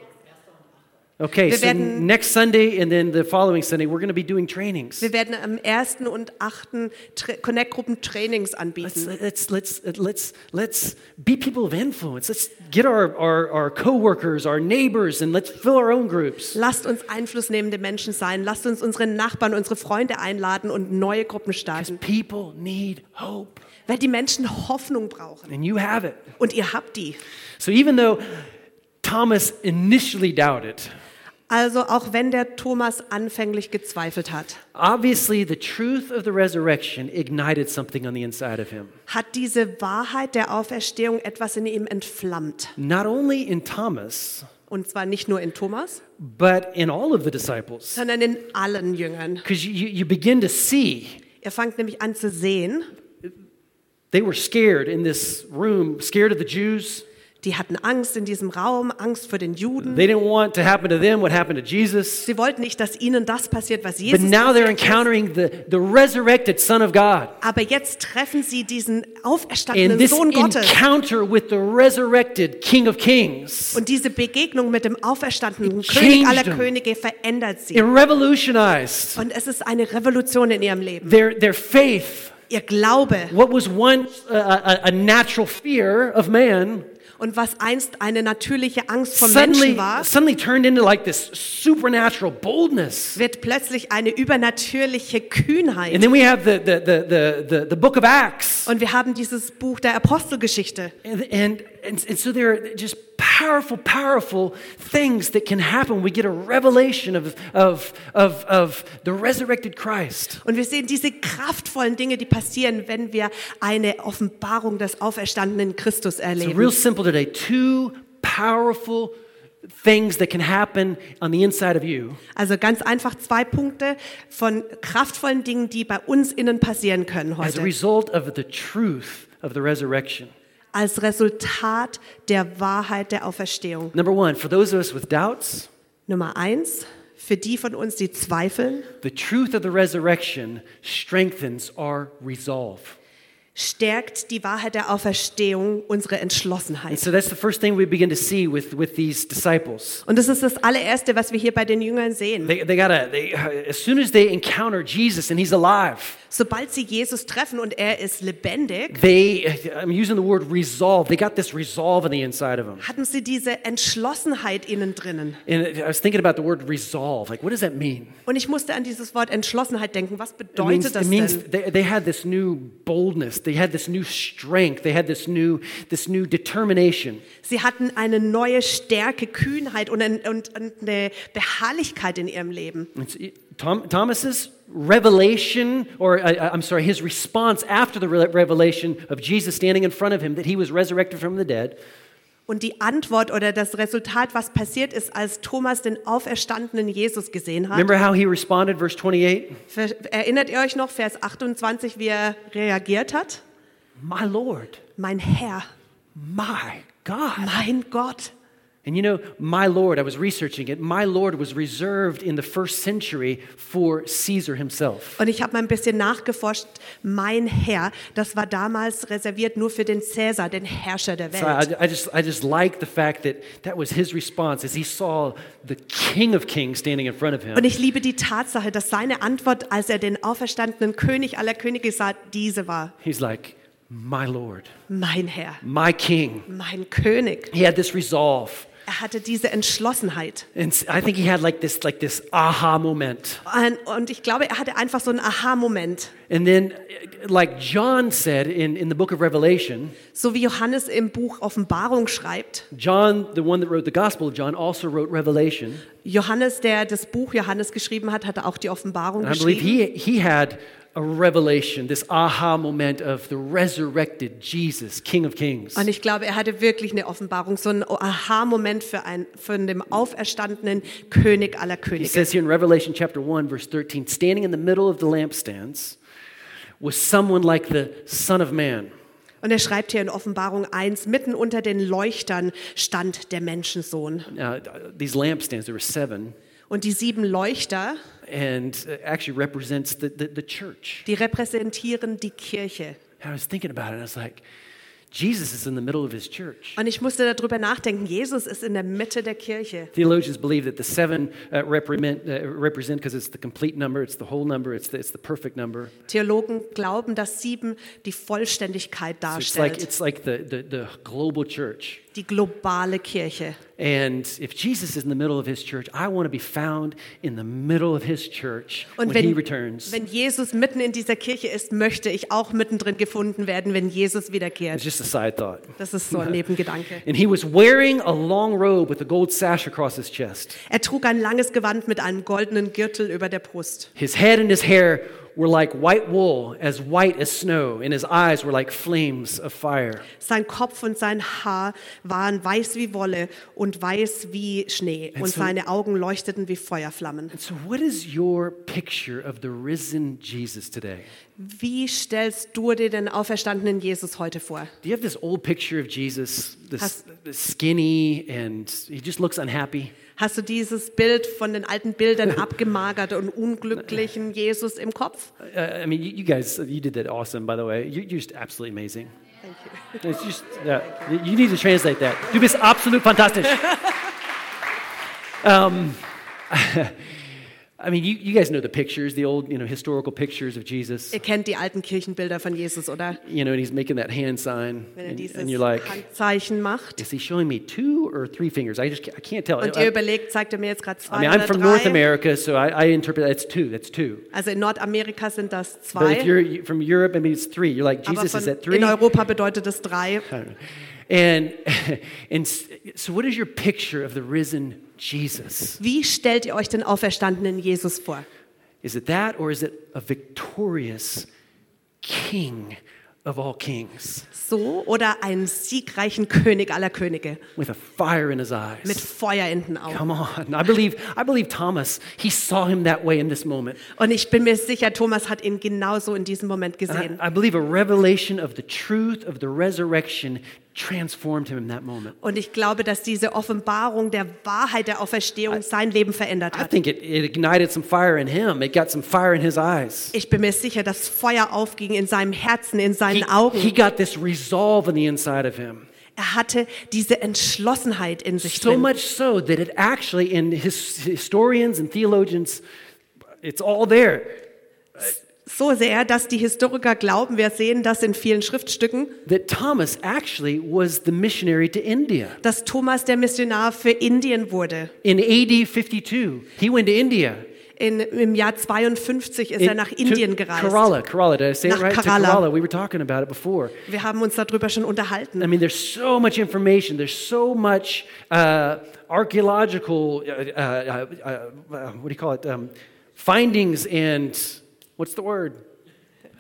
[SPEAKER 1] Okay,
[SPEAKER 2] Wir
[SPEAKER 1] so
[SPEAKER 2] werden-
[SPEAKER 1] next Sunday and then the following Sunday, we're going to be doing trainings.
[SPEAKER 2] Wir werden am ersten und achten Tra- Connect-Gruppen Trainings
[SPEAKER 1] Let's,
[SPEAKER 2] anbieten.
[SPEAKER 1] let's, let's, let's, let's be people of influence. Let's get our, our, our coworkers, our neighbors, and let's fill our own groups.
[SPEAKER 2] Lasst uns einflussnehmende Menschen sein. Lasst uns unsere Nachbarn, unsere Freunde einladen und neue Gruppen starten.
[SPEAKER 1] People need hope,
[SPEAKER 2] Weil die Menschen Hoffnung brauchen.
[SPEAKER 1] and you have it.
[SPEAKER 2] Und ihr habt die.
[SPEAKER 1] So even though Thomas initially doubted,
[SPEAKER 2] Also auch wenn der Thomas anfänglich gezweifelt hat,
[SPEAKER 1] obviously the truth of the resurrection ignited something on the inside of him.
[SPEAKER 2] hat diese Wahrheit der Auferstehung etwas in ihm entflammt.
[SPEAKER 1] Not only in Thomas,
[SPEAKER 2] Und zwar nicht nur in Thomas,
[SPEAKER 1] but in all of the disciples.
[SPEAKER 2] sondern in allen Jüngern.
[SPEAKER 1] Because you, you you begin to see
[SPEAKER 2] Er fängt nämlich an zu sehen,
[SPEAKER 1] they were scared in this room, scared of the Jews.
[SPEAKER 2] die hatten Angst in diesem Raum, Angst vor den Juden.
[SPEAKER 1] They didn't want to happen to them what happened to Jesus.
[SPEAKER 2] Sie wollten nicht, dass ihnen das passiert, was
[SPEAKER 1] But
[SPEAKER 2] Jesus
[SPEAKER 1] now they're encountering the, the resurrected Son of God.
[SPEAKER 2] Aber jetzt treffen sie diesen
[SPEAKER 1] And
[SPEAKER 2] auferstandenen
[SPEAKER 1] this
[SPEAKER 2] Sohn Gottes
[SPEAKER 1] encounter with the resurrected King of Kings,
[SPEAKER 2] und diese Begegnung mit dem auferstandenen
[SPEAKER 1] It
[SPEAKER 2] König aller
[SPEAKER 1] changed them.
[SPEAKER 2] Könige verändert sie.
[SPEAKER 1] it revolutionized
[SPEAKER 2] Und es ist eine Revolution in ihrem Leben.
[SPEAKER 1] their, their faith.
[SPEAKER 2] Ihr Glaube
[SPEAKER 1] What was once a, a, a natural fear of man
[SPEAKER 2] und was einst eine natürliche Angst vom
[SPEAKER 1] suddenly,
[SPEAKER 2] Menschen war,
[SPEAKER 1] suddenly turned into like this supernatural boldness.
[SPEAKER 2] wird plötzlich eine übernatürliche
[SPEAKER 1] And
[SPEAKER 2] Kühnheit.
[SPEAKER 1] then we have the, the, the, the, the, the book of Acts.
[SPEAKER 2] Und wir haben dieses Buch der Apostelgeschichte.
[SPEAKER 1] And, and, and, and so there are just powerful, powerful things that can happen. We get a revelation of, of, of, of the resurrected Christ.
[SPEAKER 2] Und wir sehen diese kraftvollen Dinge, die passieren, wenn wir eine Offenbarung des auferstandenen Christus
[SPEAKER 1] So,
[SPEAKER 2] erleben.
[SPEAKER 1] real simple today two powerful things that can happen on the inside of you
[SPEAKER 2] Also ganz einfach zwei Punkte von kraftvollen Dingen, die bei uns innen passieren können
[SPEAKER 1] as a
[SPEAKER 2] heute.
[SPEAKER 1] result of the truth of the resurrection.
[SPEAKER 2] Als Resultat der Wahrheit der Auferstehung.
[SPEAKER 1] Number one, for those of us with doubts,
[SPEAKER 2] Nummer eins, für die von uns, die zweifeln,
[SPEAKER 1] the truth of the resurrection strengthens our resolve.
[SPEAKER 2] stärkt die Wahrheit der Auferstehung unsere
[SPEAKER 1] And
[SPEAKER 2] Entschlossenheit.
[SPEAKER 1] so that's the first thing we begin to see with, with these disciples.
[SPEAKER 2] Und das ist das allererste, was wir hier bei den Jüngern sehen.
[SPEAKER 1] They, they gotta, they, as soon as they encounter Jesus and he's alive,
[SPEAKER 2] Sobald sie Jesus treffen und er ist lebendig,
[SPEAKER 1] they, I'm using the word resolve, they got this resolve on the inside of them.
[SPEAKER 2] hatten sie diese Entschlossenheit innen drinnen.
[SPEAKER 1] And I was thinking about the word resolve, like what does that mean?
[SPEAKER 2] Und ich musste an dieses Wort Entschlossenheit denken. Was
[SPEAKER 1] It means,
[SPEAKER 2] bedeutet
[SPEAKER 1] it
[SPEAKER 2] das
[SPEAKER 1] means
[SPEAKER 2] denn?
[SPEAKER 1] they, they had this new boldness, They had this new strength. They had this new, this new determination.
[SPEAKER 2] Sie hatten eine neue Stärke, Kühnheit und, ein, und, und eine Beharrlichkeit in ihrem Leben.
[SPEAKER 1] It's, Tom, Thomas's revelation, or uh, I'm sorry, his response after the re- revelation of Jesus standing in front of him that he was resurrected from the dead,
[SPEAKER 2] Und die Antwort oder das Resultat, was passiert ist, als Thomas den auferstandenen Jesus gesehen hat,
[SPEAKER 1] Remember how he responded, verse 28?
[SPEAKER 2] ver- erinnert ihr euch noch, Vers 28, wie er reagiert hat?
[SPEAKER 1] My Lord,
[SPEAKER 2] Mein Herr,
[SPEAKER 1] my God.
[SPEAKER 2] mein Gott.
[SPEAKER 1] And you know, my Lord, I was researching it, my Lord was reserved in the first century for Caesar himself.
[SPEAKER 2] Und ich habe mal ein bisschen nachgeforscht. Mein Herr, das war damals reserviert nur für den Cäsar, den Herrscher der Welt.
[SPEAKER 1] So I, I, just, I just like the fact that that was his response as he saw the King of Kings standing in front of
[SPEAKER 2] Und
[SPEAKER 1] him.
[SPEAKER 2] ich liebe die Tatsache, dass seine Antwort, als er den auferstandenen König aller Könige sah, diese war.
[SPEAKER 1] He's like, my Lord,
[SPEAKER 2] Mein Herr,
[SPEAKER 1] my King.
[SPEAKER 2] mein König.
[SPEAKER 1] He had this resolve.
[SPEAKER 2] Er hatte diese Entschlossenheit.
[SPEAKER 1] And s- I think he had like this, like this aha moment.
[SPEAKER 2] Ein- Und ich glaube, er hatte einfach so einen Aha-Moment.
[SPEAKER 1] And then, uh, like John said in, in the book of Revelation,
[SPEAKER 2] So wie Johannes im Buch Offenbarung schreibt.
[SPEAKER 1] John, the one that wrote the Gospel of John, also wrote Revelation.
[SPEAKER 2] Johannes, der das Buch Johannes geschrieben hat, hatte auch die Offenbarung
[SPEAKER 1] And I believe
[SPEAKER 2] geschrieben.
[SPEAKER 1] he, he had a revelation, this aha moment of the resurrected Jesus, King of Kings.
[SPEAKER 2] Und ich glaube, er hatte wirklich eine Offenbarung, so einen Aha-Moment für, ein, für den auferstandenen König aller
[SPEAKER 1] He
[SPEAKER 2] Könige.
[SPEAKER 1] says here in Revelation chapter 1, verse 13 standing in the middle of the lampstands was someone like the Son of Man,
[SPEAKER 2] Und er schreibt hier in Offenbarung 1, mitten unter den Leuchtern stand der Menschensohn.
[SPEAKER 1] uh, these lampstands, there were seven,
[SPEAKER 2] Und die sieben Leuchter,
[SPEAKER 1] and uh, actually represents the, the, the church.
[SPEAKER 2] die repräsentieren die Kirche.
[SPEAKER 1] And I was thinking about it, and I was like, Jesus is in the middle of his church.
[SPEAKER 2] Und ich musste darüber nachdenken, Jesus ist in der Mitte der Kirche.
[SPEAKER 1] Theologians believe that the seven uh, represent uh, represent because it's the complete number, it's the whole number, it's the, it's the perfect number.
[SPEAKER 2] Theologen glauben, dass sieben die Vollständigkeit
[SPEAKER 1] So it's like
[SPEAKER 2] darstellt,
[SPEAKER 1] it's like the, the the global church.
[SPEAKER 2] die globale Kirche.
[SPEAKER 1] And if Jesus is in the middle of His church, I want to be found in the middle of His church
[SPEAKER 2] Und
[SPEAKER 1] when He
[SPEAKER 2] wenn,
[SPEAKER 1] returns.
[SPEAKER 2] wenn Jesus mitten in dieser Kirche ist, möchte ich auch mittendrin gefunden werden, wenn Jesus
[SPEAKER 1] It's
[SPEAKER 2] wiederkehrt.
[SPEAKER 1] just a side thought.
[SPEAKER 2] Das ist so ein Nebengedanke.
[SPEAKER 1] And he was wearing a long robe with a gold sash across his chest.
[SPEAKER 2] Er trug ein langes Gewand mit einem goldenen Gürtel über der Brust.
[SPEAKER 1] His head and his hair were like white wool, as white as snow, and his eyes were like flames of fire.
[SPEAKER 2] Sein Kopf und sein Haar waren weiß wie Wolle und weiß wie Schnee und
[SPEAKER 1] so-
[SPEAKER 2] seine Augen leuchteten wie Feuerflammen.
[SPEAKER 1] And so, what is your picture of the risen Jesus today?
[SPEAKER 2] Wie stellst du dir den auferstandenen Jesus heute vor?
[SPEAKER 1] Do you have this old picture of Jesus, this,
[SPEAKER 2] Has-
[SPEAKER 1] this skinny, and he just looks unhappy?
[SPEAKER 2] Hast du dieses Bild von den alten Bildern abgemagert und unglücklichen Jesus im Kopf?
[SPEAKER 1] Uh, I mean, you, you guys, you did that awesome, by the way. You, you're just absolutely amazing.
[SPEAKER 2] Thank you.
[SPEAKER 1] It's just, yeah, you. you need to translate that. Du bist absolut fantastisch. um, I mean, you, you guys know the pictures, the old, you know, historical pictures of Jesus.
[SPEAKER 2] Ihr kennt die alten Kirchenbilder von Jesus, oder?
[SPEAKER 1] You know, and he's making that hand sign,
[SPEAKER 2] Wenn er
[SPEAKER 1] and,
[SPEAKER 2] dieses
[SPEAKER 1] and you're like,
[SPEAKER 2] Handzeichen macht.
[SPEAKER 1] is he showing me two or three fingers? I just, ca- I can't tell.
[SPEAKER 2] Und
[SPEAKER 1] I,
[SPEAKER 2] ihr überlegt, zeigt er mir jetzt gerade
[SPEAKER 1] I
[SPEAKER 2] zwei
[SPEAKER 1] mean,
[SPEAKER 2] oder
[SPEAKER 1] I'm from North
[SPEAKER 2] drei?
[SPEAKER 1] America, so I, I interpret that's two. That's two.
[SPEAKER 2] Also in Nordamerika sind das
[SPEAKER 1] But if
[SPEAKER 2] zwei,
[SPEAKER 1] you're from Europe, maybe it's three. You're like,
[SPEAKER 2] aber
[SPEAKER 1] Jesus, is
[SPEAKER 2] von,
[SPEAKER 1] that three?
[SPEAKER 2] in Europa bedeutet es drei.
[SPEAKER 1] I don't know. And, and s- so, what is your picture of the risen Jesus?
[SPEAKER 2] Wie stellt ihr euch den auferstandenen Jesus vor?
[SPEAKER 1] Is it that, or is it a victorious King of all kings
[SPEAKER 2] So oder einen siegreichen König aller Könige
[SPEAKER 1] with a fire in his eyes?
[SPEAKER 2] mit Feuer in den Augen?
[SPEAKER 1] Come on. I believe, I believe Thomas, he saw him that way in this moment.
[SPEAKER 2] Und ich bin mir sicher, Thomas hat ihn genauso in diesem Moment
[SPEAKER 1] And
[SPEAKER 2] gesehen.
[SPEAKER 1] I, I believe a revelation of the truth of the resurrection transformed him in that moment.
[SPEAKER 2] Und ich glaube, dass diese Offenbarung der Wahrheit der Auferstehung sein Leben verändert
[SPEAKER 1] I
[SPEAKER 2] hat.
[SPEAKER 1] think it, it ignited some fire in him, it got some fire in his eyes.
[SPEAKER 2] Ich bin mir sicher, dass Feuer aufging in seinem Herzen, in
[SPEAKER 1] He,
[SPEAKER 2] seinen
[SPEAKER 1] he
[SPEAKER 2] Augen.
[SPEAKER 1] got this resolve on the inside of him.
[SPEAKER 2] Er hatte diese Entschlossenheit in sich
[SPEAKER 1] So
[SPEAKER 2] drin.
[SPEAKER 1] much so that it actually, in his, historians and theologians, it's all there.
[SPEAKER 2] So sehr, dass die Historiker glauben, wir sehen das in vielen Schriftstücken,
[SPEAKER 1] That Thomas actually was the missionary to India.
[SPEAKER 2] dass Thomas der Missionar für Indien wurde.
[SPEAKER 1] In AD 52, he went to India.
[SPEAKER 2] in, im Jahr 52 ist er nach
[SPEAKER 1] to
[SPEAKER 2] Indien gereist.
[SPEAKER 1] Kerala, Kerala, did I say it
[SPEAKER 2] Nach
[SPEAKER 1] right? To
[SPEAKER 2] Kerala.
[SPEAKER 1] Kerala, we were talking about it before.
[SPEAKER 2] Wir haben uns darüber schon
[SPEAKER 1] I
[SPEAKER 2] unterhalten.
[SPEAKER 1] mean, there's so much information. There's so much uh, archaeological, uh, uh, uh, uh, what do you call it? Um, findings and what's the word?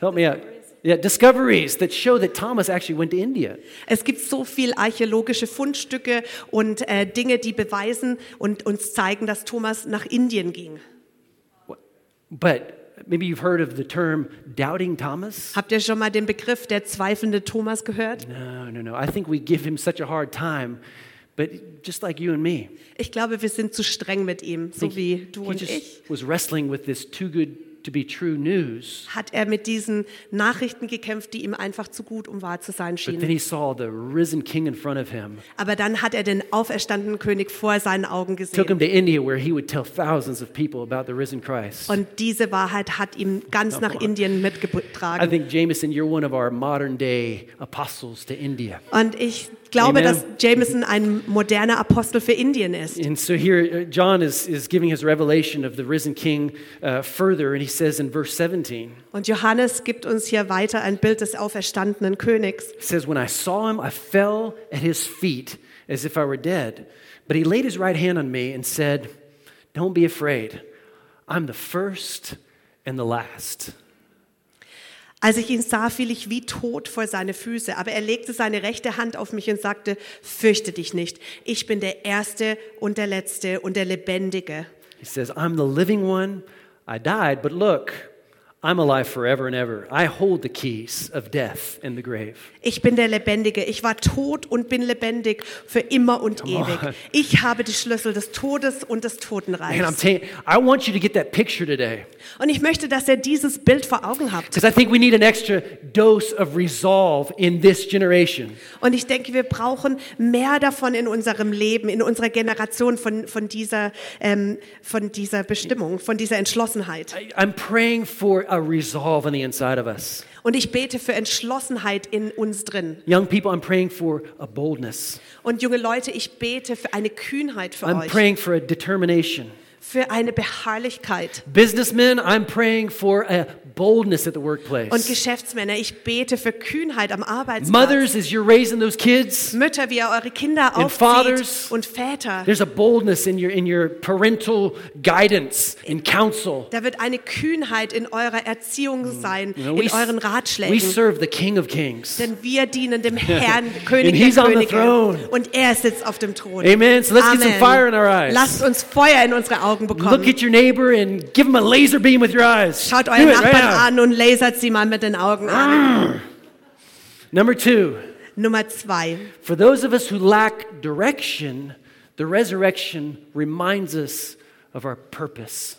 [SPEAKER 1] Help me out. Yeah, discoveries that show that Thomas actually went to India.
[SPEAKER 2] Es gibt so viel archäologische Fundstücke und äh, Dinge, die beweisen und uns zeigen, dass Thomas nach Indien ging.
[SPEAKER 1] But maybe you've heard of the term doubting Thomas.
[SPEAKER 2] Habt ihr schon mal den Begriff der zweifelnde Thomas gehört?
[SPEAKER 1] No, no, no. I think we give him such a hard time, but just like you and me,
[SPEAKER 2] Ich glaube, wir sind zu streng mit ihm, so wie du
[SPEAKER 1] he
[SPEAKER 2] und
[SPEAKER 1] just
[SPEAKER 2] ich.
[SPEAKER 1] was wrestling with this too good to be true news.
[SPEAKER 2] Hat er mit diesen Nachrichten gekämpft, die ihm einfach zu gut, um wahr zu sein
[SPEAKER 1] But then
[SPEAKER 2] schienen.
[SPEAKER 1] he saw the risen king in front of him.
[SPEAKER 2] Aber dann hat er den auferstandenen König vor seinen Augen
[SPEAKER 1] took
[SPEAKER 2] gesehen.
[SPEAKER 1] him to India where he would tell thousands of people about the risen Christ.
[SPEAKER 2] Und diese Wahrheit hat ihm ganz nach Indien
[SPEAKER 1] I
[SPEAKER 2] mitgetragen.
[SPEAKER 1] think, Jameson, you're one of our modern day apostles to India.
[SPEAKER 2] Und ich glaube,
[SPEAKER 1] Amen.
[SPEAKER 2] dass Jameson ein moderner Apostel für Indien ist.
[SPEAKER 1] And so here, uh, John is, is giving his revelation of the risen king uh, further, and he says in verse 17,
[SPEAKER 2] Und Johannes gibt uns hier weiter ein Bild des auferstandenen Königs.
[SPEAKER 1] he says, When I saw him, I fell at his feet as if I were dead. But he laid his right hand on me and said, Don't be afraid. I'm the first and the last.
[SPEAKER 2] Als ich ihn sah, fiel ich wie tot vor seine Füße, aber er legte seine rechte Hand auf mich und sagte, fürchte dich nicht, ich bin der Erste und der Letzte und der Lebendige.
[SPEAKER 1] He says, I'm the living one. I died, but look, I'm alive forever and ever. I hold the keys of death and the grave.
[SPEAKER 2] Ich bin der Lebendige, ich war tot und bin lebendig für immer und ewig.
[SPEAKER 1] on.
[SPEAKER 2] Ich habe die Schlüssel des Todes und des
[SPEAKER 1] And I'm
[SPEAKER 2] Totenreichs.
[SPEAKER 1] telling you, I want you to get that picture today
[SPEAKER 2] Und ich möchte, dass ihr dieses Bild vor Augen habt.
[SPEAKER 1] because I think we need an extra dose of resolve in this generation.
[SPEAKER 2] Und ich denke, wir brauchen mehr davon in unserem Leben, in unserer Generation von, von, dieser, ähm, von dieser Bestimmung, von dieser Entschlossenheit.
[SPEAKER 1] I- I'm praying for a resolve on the inside of us.
[SPEAKER 2] Und ich bete für Entschlossenheit in uns drin.
[SPEAKER 1] Young people, I'm praying for a boldness.
[SPEAKER 2] Und junge Leute, ich bete für eine Kühnheit für
[SPEAKER 1] I'm
[SPEAKER 2] euch,
[SPEAKER 1] praying for a determination.
[SPEAKER 2] für eine Beharrlichkeit.
[SPEAKER 1] Businessmen, I'm praying for a boldness at the
[SPEAKER 2] Und
[SPEAKER 1] workplace.
[SPEAKER 2] Geschäftsmänner, ich bete für Kühnheit am Arbeitsplatz.
[SPEAKER 1] Mothers, as you're raising those kids,
[SPEAKER 2] Mütter, wie ihr eure Kinder
[SPEAKER 1] And fathers.
[SPEAKER 2] aufzieht und Väter.
[SPEAKER 1] There's a boldness in your in your parental guidance and counsel.
[SPEAKER 2] Da wird eine Kühnheit in eurer Erziehung sein,
[SPEAKER 1] You know,
[SPEAKER 2] in euren
[SPEAKER 1] Mm. we
[SPEAKER 2] Ratschlägen.
[SPEAKER 1] serve the King of Kings.
[SPEAKER 2] Denn wir dienen dem Herrn, König
[SPEAKER 1] he's
[SPEAKER 2] der
[SPEAKER 1] on the
[SPEAKER 2] Könige.
[SPEAKER 1] throne.
[SPEAKER 2] Und er sitzt auf dem Thron.
[SPEAKER 1] Amen. So let's get some
[SPEAKER 2] Amen.
[SPEAKER 1] fire in our eyes.
[SPEAKER 2] Lasst uns Feuer in unsere Augen bekommen.
[SPEAKER 1] Look at your neighbor and give him a laser beam with your eyes.
[SPEAKER 2] Schaut
[SPEAKER 1] Do
[SPEAKER 2] euren
[SPEAKER 1] it right
[SPEAKER 2] Nachbarn
[SPEAKER 1] now.
[SPEAKER 2] an und lasert sie mal mit den Augen an.
[SPEAKER 1] Number two,
[SPEAKER 2] Nummer zwei.
[SPEAKER 1] for those of us who lack direction, the resurrection reminds us of our purpose.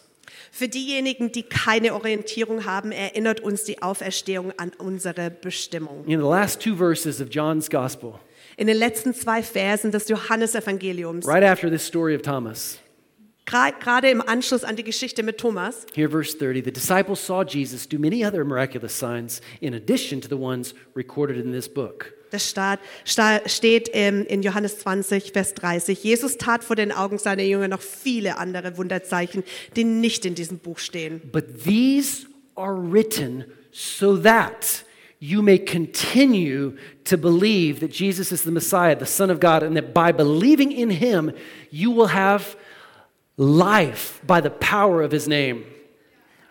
[SPEAKER 2] Für diejenigen, die keine Orientierung haben, erinnert uns die Auferstehung an unsere Bestimmung.
[SPEAKER 1] In the last two verses of John's gospel,
[SPEAKER 2] In den letzten zwei Versen des Johannesevangeliums,
[SPEAKER 1] right after this story of Thomas,
[SPEAKER 2] gra- gerade im Anschluss an die Geschichte mit Thomas,
[SPEAKER 1] Here, verse 30 the disciples saw Jesus do many other miraculous signs in addition to the ones recorded in this book.
[SPEAKER 2] Das sta- sta- steht ähm, in Johannes 20, Vers 30. Jesus tat vor den Augen seiner Jünger noch viele andere Wunderzeichen, die nicht in diesem Buch stehen.
[SPEAKER 1] But these are written so that you may continue to believe that Jesus is the Messiah, the Son of God, and that by believing in him, you will have life by the power of his name.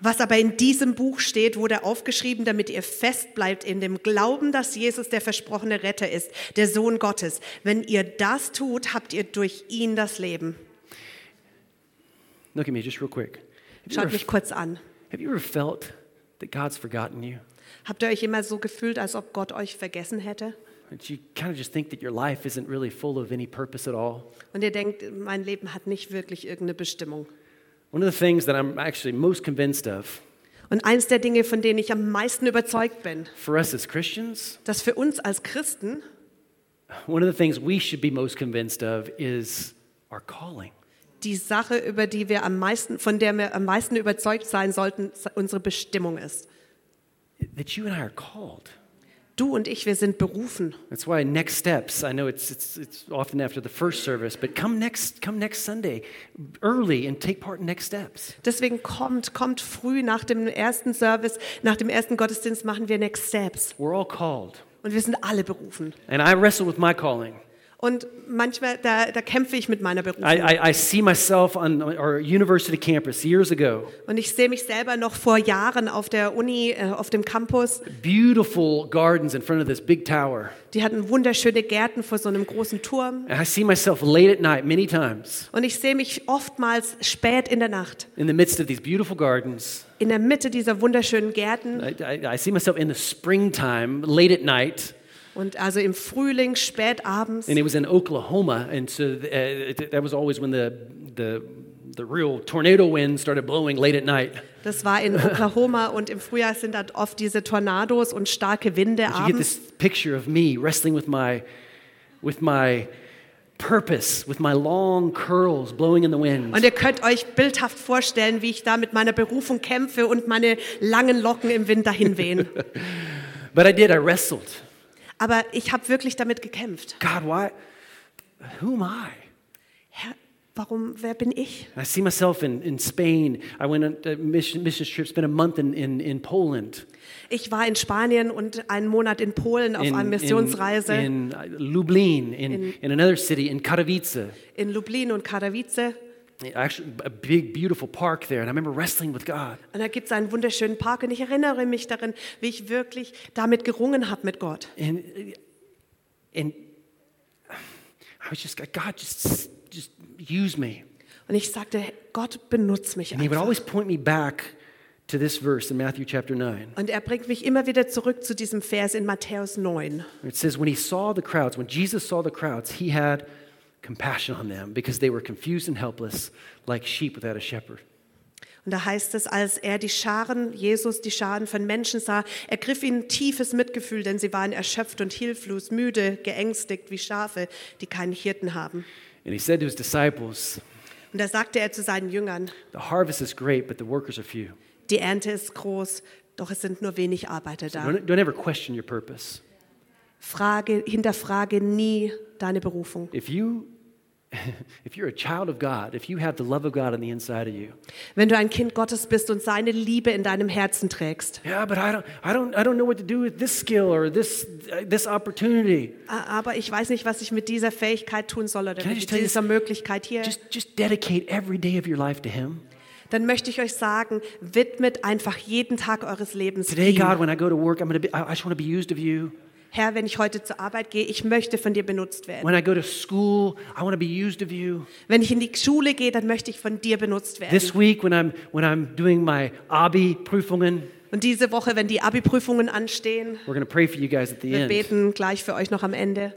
[SPEAKER 2] Was aber in diesem Buch steht, wurde aufgeschrieben, damit ihr fest bleibt in dem Glauben, dass Jesus der versprochene Retter ist, der Sohn Gottes. Wenn ihr das tut, habt ihr durch ihn das Leben.
[SPEAKER 1] Look at me just real quick. Have you
[SPEAKER 2] Schaut
[SPEAKER 1] ever,
[SPEAKER 2] mich kurz an.
[SPEAKER 1] have you ever felt that God's forgotten you?
[SPEAKER 2] Habt ihr euch immer so gefühlt, als ob Gott euch vergessen hätte?
[SPEAKER 1] That you kind of just think that your life isn't really full of any purpose at all?
[SPEAKER 2] Und ihr denkt, mein Leben hat nicht wirklich irgendeine Bestimmung.
[SPEAKER 1] One of the things that I'm actually most convinced of
[SPEAKER 2] Und eins der Dinge, von denen ich am meisten überzeugt bin,
[SPEAKER 1] for us as Christians,
[SPEAKER 2] dass für uns als Christen
[SPEAKER 1] one of the things we should be most convinced of is our calling.
[SPEAKER 2] die Sache, über die wir am meisten, von der wir am meisten überzeugt sein sollten, unsere Bestimmung ist.
[SPEAKER 1] That you and I are called.
[SPEAKER 2] Du und ich, wir sind berufen.
[SPEAKER 1] That's why next steps. I know it's, it's, it's often after the first service, but come next come next Sunday early and take part in next steps.
[SPEAKER 2] Deswegen kommt, kommt früh nach dem ersten Service, nach dem ersten Gottesdienst machen wir Next Steps.
[SPEAKER 1] We're all called,
[SPEAKER 2] Und wir sind alle berufen.
[SPEAKER 1] and I wrestle with my calling.
[SPEAKER 2] Und manchmal, da, da kämpfe ich mit meiner Berufung.
[SPEAKER 1] I, I, I see myself on our university campus years ago.
[SPEAKER 2] Und ich sehe mich selber noch vor Jahren auf der Uni, äh, auf dem Campus.
[SPEAKER 1] Beautiful gardens in front of this big tower.
[SPEAKER 2] Die hatten wunderschöne Gärten vor so einem großen Turm.
[SPEAKER 1] And I see myself late at night many times
[SPEAKER 2] Und ich sehe mich oftmals spät in der Nacht,
[SPEAKER 1] in the midst of these beautiful gardens.
[SPEAKER 2] in der Mitte dieser wunderschönen Gärten.
[SPEAKER 1] I, I, I see myself in the springtime late at night
[SPEAKER 2] Und also im Frühling, spät abends.
[SPEAKER 1] and it was in Oklahoma, and so uh, it, that was always when the the the real tornado wind started blowing late at night.
[SPEAKER 2] Das war in Oklahoma und im Frühjahr sind dann oft diese Tornados und starke Winde
[SPEAKER 1] You get
[SPEAKER 2] abends.
[SPEAKER 1] this picture of me wrestling with my with my purpose, with my long curls blowing in the wind.
[SPEAKER 2] Und ihr könnt euch bildhaft vorstellen, wie ich da mit meiner Berufung kämpfe und meine langen Locken im Wind dahin wehen.
[SPEAKER 1] But I did. I wrestled.
[SPEAKER 2] Aber ich habe wirklich damit gekämpft.
[SPEAKER 1] God, why? Who am I?
[SPEAKER 2] Herr, warum, wer bin ich?
[SPEAKER 1] And I see myself in, in Spain. I went on a mission, missions trip, spent a month in, in, in Poland.
[SPEAKER 2] Ich war in Spanien und einen Monat in Polen auf
[SPEAKER 1] in,
[SPEAKER 2] einer Missionsreise in,
[SPEAKER 1] in, in Lublin, in, in, another city, in Katowice.
[SPEAKER 2] Lublin und Katowice.
[SPEAKER 1] Actually, a big, beautiful park there. And I remember wrestling with God.
[SPEAKER 2] Und da gibt es einen wunderschönen Park und ich erinnere mich darin, wie ich wirklich damit gerungen habe mit Gott.
[SPEAKER 1] And, and I was just, God, just, just use me.
[SPEAKER 2] Und ich sagte, Gott, benutz mich
[SPEAKER 1] And he would
[SPEAKER 2] einfach.
[SPEAKER 1] always point me back to this verse in Matthew chapter 9.
[SPEAKER 2] Und er bringt mich immer wieder zurück zu diesem Vers in Matthäus 9.
[SPEAKER 1] It says, When he saw the crowds, when Jesus saw the crowds, he had compassion on them because they were confused and helpless, like sheep without a shepherd.
[SPEAKER 2] Und da heißt es, als er die Scharen, Jesus die Scharen von Menschen sah, ergriff ihn tiefes Mitgefühl, denn sie waren erschöpft und hilflos, müde, geängstigt wie Schafe, die keinen Hirten haben.
[SPEAKER 1] And he said to his disciples,
[SPEAKER 2] Und da sagte er zu seinen Jüngern,
[SPEAKER 1] The harvest is great, but the workers are few.
[SPEAKER 2] die Ernte ist groß, doch es sind nur wenig Arbeiter da.
[SPEAKER 1] Don't, don't ever question your purpose.
[SPEAKER 2] Frage, hinterfrage nie deine Berufung.
[SPEAKER 1] If you if you're a child of God, if you have the love of God on the inside of you,
[SPEAKER 2] Wenn du ein Kind Gottes bist und seine Liebe in deinem Herzen trägst,
[SPEAKER 1] yeah, but I don't, I don't, I don't know what to do with this skill or this this opportunity.
[SPEAKER 2] "Ah, aber ich weiß nicht, was ich mit dieser Fähigkeit tun soll oder
[SPEAKER 1] Can I
[SPEAKER 2] mit
[SPEAKER 1] just tell you
[SPEAKER 2] dieser Möglichkeit hier,
[SPEAKER 1] Just just dedicate every day of your life to Him.
[SPEAKER 2] dann möchte ich euch sagen, widmet einfach jeden Tag eures Lebens
[SPEAKER 1] Today,
[SPEAKER 2] ihm.
[SPEAKER 1] God, when I go to work, I'm gonna be. I, I just want to be used of You.
[SPEAKER 2] Herr, wenn ich heute zur Arbeit gehe, ich möchte von dir benutzt werden.
[SPEAKER 1] When I go to school, I want to be used of You.
[SPEAKER 2] Wenn ich in die Schule gehe, dann möchte ich von dir benutzt werden.
[SPEAKER 1] This week, when I'm when I'm doing my Abi Prüfungen,
[SPEAKER 2] Und diese Woche, wenn die Abi-Prüfungen anstehen,
[SPEAKER 1] we're gonna pray for you guys at the
[SPEAKER 2] wir
[SPEAKER 1] end.
[SPEAKER 2] beten gleich für euch noch am Ende.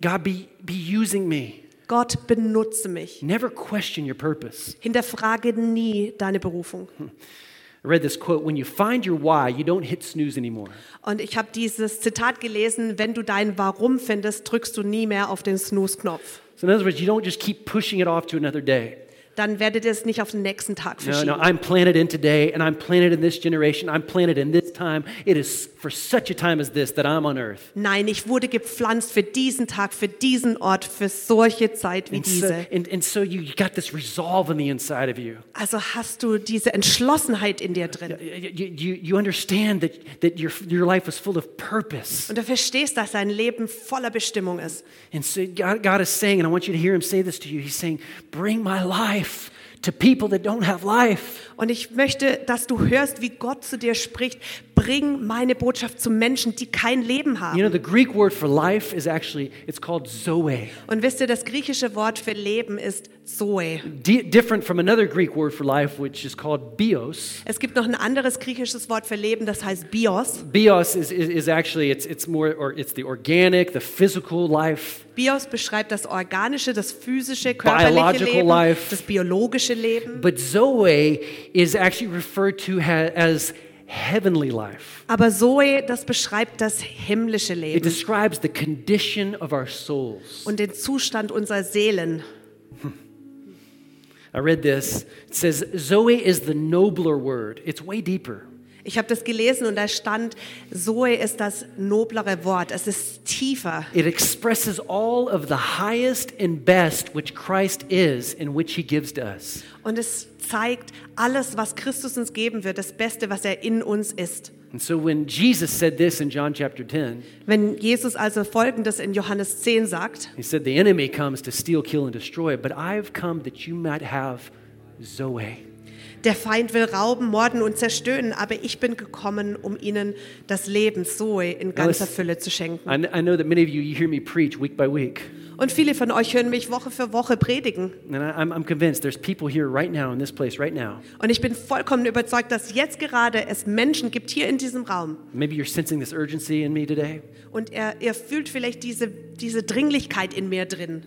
[SPEAKER 1] God, be be using me.
[SPEAKER 2] Gott, benutze mich.
[SPEAKER 1] Never question your purpose.
[SPEAKER 2] Hinterfrage nie deine Berufung.
[SPEAKER 1] I read this quote When you find your why, you don't hit snooze anymore.
[SPEAKER 2] Und ich habe dieses Zitat gelesen, wenn du dein Warum findest, drückst du nie mehr auf den Snooze-Knopf.
[SPEAKER 1] So, in other words, you don't just keep pushing it off to another day.
[SPEAKER 2] Dann werdet ihr es nicht auf den nächsten Tag
[SPEAKER 1] No,
[SPEAKER 2] verschieben.
[SPEAKER 1] no, I'm planted in today, and I'm planted in this generation. I'm planted in this time. It is for such a time as this that I'm on earth.
[SPEAKER 2] Nein, ich wurde gepflanzt für diesen Tag, für diesen Ort, für solche Zeit wie
[SPEAKER 1] And so,
[SPEAKER 2] diese.
[SPEAKER 1] and, and so you, you got this resolve on the inside of you.
[SPEAKER 2] Also hast du diese Entschlossenheit in dir drin.
[SPEAKER 1] You, you, you understand that, that your, your life was full of purpose.
[SPEAKER 2] Und du verstehst, dass dein Leben voller Bestimmung ist.
[SPEAKER 1] And so God, God is saying, and I want you to hear Him say this to you He's saying, Bring my life to people that don't have life.
[SPEAKER 2] Und ich möchte, dass du hörst, wie Gott zu dir spricht. Bring meine Botschaft zu Menschen, die kein Leben
[SPEAKER 1] You
[SPEAKER 2] haben.
[SPEAKER 1] know, the Greek word for life is actually, it's called zoe.
[SPEAKER 2] Und wisst ihr, das griechische Wort für Leben ist Zoe.
[SPEAKER 1] D- different from another Greek word for life, which is called bios.
[SPEAKER 2] Es gibt noch ein anderes griechisches Wort für Leben, das heißt Bios.
[SPEAKER 1] Bios is, is, is actually, it's, it's more, or it's the organic, the physical life.
[SPEAKER 2] Bios beschreibt das organische, das physische, körperliche
[SPEAKER 1] Biological
[SPEAKER 2] Leben,
[SPEAKER 1] life.
[SPEAKER 2] das biologische Leben.
[SPEAKER 1] But zoe is actually referred to ha- as heavenly life.
[SPEAKER 2] Aber Zoe, das beschreibt das himmlische
[SPEAKER 1] It
[SPEAKER 2] Leben
[SPEAKER 1] describes the condition of our souls.
[SPEAKER 2] und den Zustand unserer Seelen.
[SPEAKER 1] I read this. It says, Zoe is the nobler word. It's way deeper.
[SPEAKER 2] Ich habe das gelesen und da stand, Zoe ist das noblere Wort. Es ist tiefer.
[SPEAKER 1] It expresses all of the highest and best which Christ is and which he gives to us.
[SPEAKER 2] Und es zeigt alles, was Christus uns geben wird, das Beste, was er in uns ist.
[SPEAKER 1] And so when Jesus said this in John chapter 10,
[SPEAKER 2] Wenn Jesus also Folgendes in Johannes 10 sagt,
[SPEAKER 1] he said, The enemy comes to steal, kill, and destroy, but I've come that you might have Zoe.
[SPEAKER 2] der Feind will rauben, morden und zerstören, aber ich bin gekommen, um ihnen das Leben, Zoe, in ganzer
[SPEAKER 1] listen.
[SPEAKER 2] Fülle zu schenken.
[SPEAKER 1] I, kn- I know that many of you, you hear me preach week by week.
[SPEAKER 2] Und viele von euch hören mich Woche für Woche predigen.
[SPEAKER 1] And I, I'm, I'm convinced there's people here right now in this place, right now.
[SPEAKER 2] Und ich bin vollkommen überzeugt, dass jetzt gerade es Menschen gibt hier in diesem Raum.
[SPEAKER 1] Maybe you're sensing this urgency in me today.
[SPEAKER 2] Und er, ihr fühlt vielleicht diese, diese Dringlichkeit in mir drin.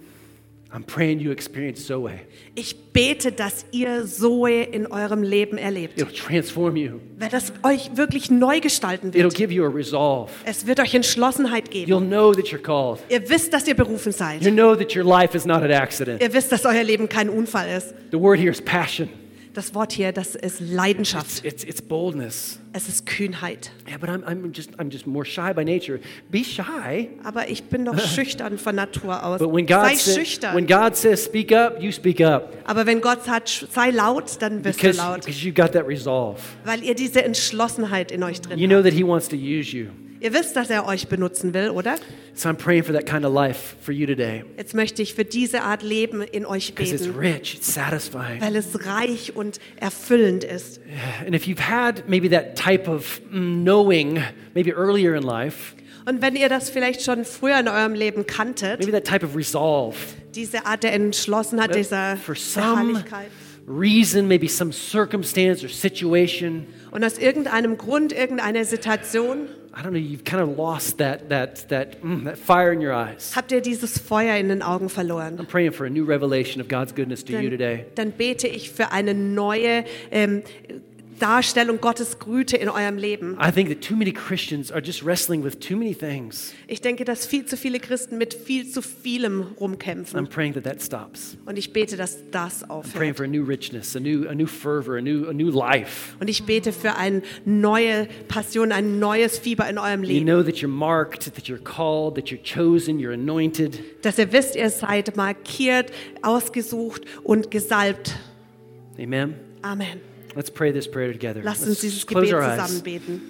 [SPEAKER 1] I'm praying you experience Zoe.
[SPEAKER 2] Ich bete, dass ihr Zoe in eurem Leben erlebt.
[SPEAKER 1] It'll transform you,
[SPEAKER 2] Weil das euch wirklich neu gestalten
[SPEAKER 1] it'll
[SPEAKER 2] wird.
[SPEAKER 1] give you a resolve.
[SPEAKER 2] Es wird euch Entschlossenheit geben.
[SPEAKER 1] You'll know that you're called.
[SPEAKER 2] Ihr wisst, dass ihr berufen
[SPEAKER 1] You
[SPEAKER 2] seid.
[SPEAKER 1] know that your life is not an accident.
[SPEAKER 2] Ihr wisst, dass euer Leben kein Unfall ist.
[SPEAKER 1] The word here is passion,
[SPEAKER 2] Das Wort hier, das ist Leidenschaft.
[SPEAKER 1] it's, it's boldness.
[SPEAKER 2] Es ist Kühnheit.
[SPEAKER 1] Yeah, but I'm, I'm, just, I'm just more shy by nature. Be shy.
[SPEAKER 2] Aber ich bin doch schüchtern von Natur aus.
[SPEAKER 1] But when God,
[SPEAKER 2] Sei
[SPEAKER 1] sa-
[SPEAKER 2] schüchtern.
[SPEAKER 1] when God says speak up, you speak up
[SPEAKER 2] Aber wenn Gott sagt, sch- sei laut, dann bist du
[SPEAKER 1] because,
[SPEAKER 2] laut.
[SPEAKER 1] because you got that resolve.
[SPEAKER 2] Weil ihr diese Entschlossenheit in euch drin
[SPEAKER 1] You know that He wants to use you.
[SPEAKER 2] habt. Ihr wisst, dass er euch benutzen will, oder?
[SPEAKER 1] So I'm praying for that kind of life for you today
[SPEAKER 2] Jetzt möchte ich für diese Art Leben in euch
[SPEAKER 1] because it's
[SPEAKER 2] beten,
[SPEAKER 1] rich, it's satisfying.
[SPEAKER 2] weil es reich und erfüllend ist.
[SPEAKER 1] And if you've had maybe that type of mm, knowing, maybe earlier in life,
[SPEAKER 2] Und wenn ihr das vielleicht schon früher in eurem Leben kanntet,
[SPEAKER 1] maybe that type of resolve,
[SPEAKER 2] diese Art der Entschlossenheit, dieser
[SPEAKER 1] for some
[SPEAKER 2] Beharrlichkeit.
[SPEAKER 1] reason, maybe some circumstance or situation,
[SPEAKER 2] Und aus irgendeinem Grund, irgendeiner Situation,
[SPEAKER 1] I don't know, you've kind of lost that, that, that, mm, that fire in your eyes.
[SPEAKER 2] habt ihr dieses Feuer in den Augen verloren.
[SPEAKER 1] I'm praying for a new revelation of God's goodness to you today.
[SPEAKER 2] Dann, dann bete ich für eine neue ähm, Darstellung Gottes Güte in eurem Leben.
[SPEAKER 1] I think that too many Christians are just wrestling with too many things.
[SPEAKER 2] Ich denke, dass viel zu viele Christen mit viel zu vielem
[SPEAKER 1] I'm
[SPEAKER 2] rumkämpfen.
[SPEAKER 1] praying that that stops.
[SPEAKER 2] Und ich bete, dass das
[SPEAKER 1] Praying
[SPEAKER 2] aufhört.
[SPEAKER 1] for a new richness, a new, a new fervor, a new, a new life.
[SPEAKER 2] Und ich bete für eine neue Passion, ein neues Fieber in eurem
[SPEAKER 1] You
[SPEAKER 2] Leben.
[SPEAKER 1] know that you're marked, that you're called, that you're chosen, you're anointed.
[SPEAKER 2] Dass ihr wisst, ihr seid markiert, ausgesucht und gesalbt.
[SPEAKER 1] Amen.
[SPEAKER 2] Amen.
[SPEAKER 1] Let's pray this prayer together.
[SPEAKER 2] Lasst uns
[SPEAKER 1] Let's
[SPEAKER 2] dieses
[SPEAKER 1] close
[SPEAKER 2] Gebet
[SPEAKER 1] our eyes.
[SPEAKER 2] zusammen beten.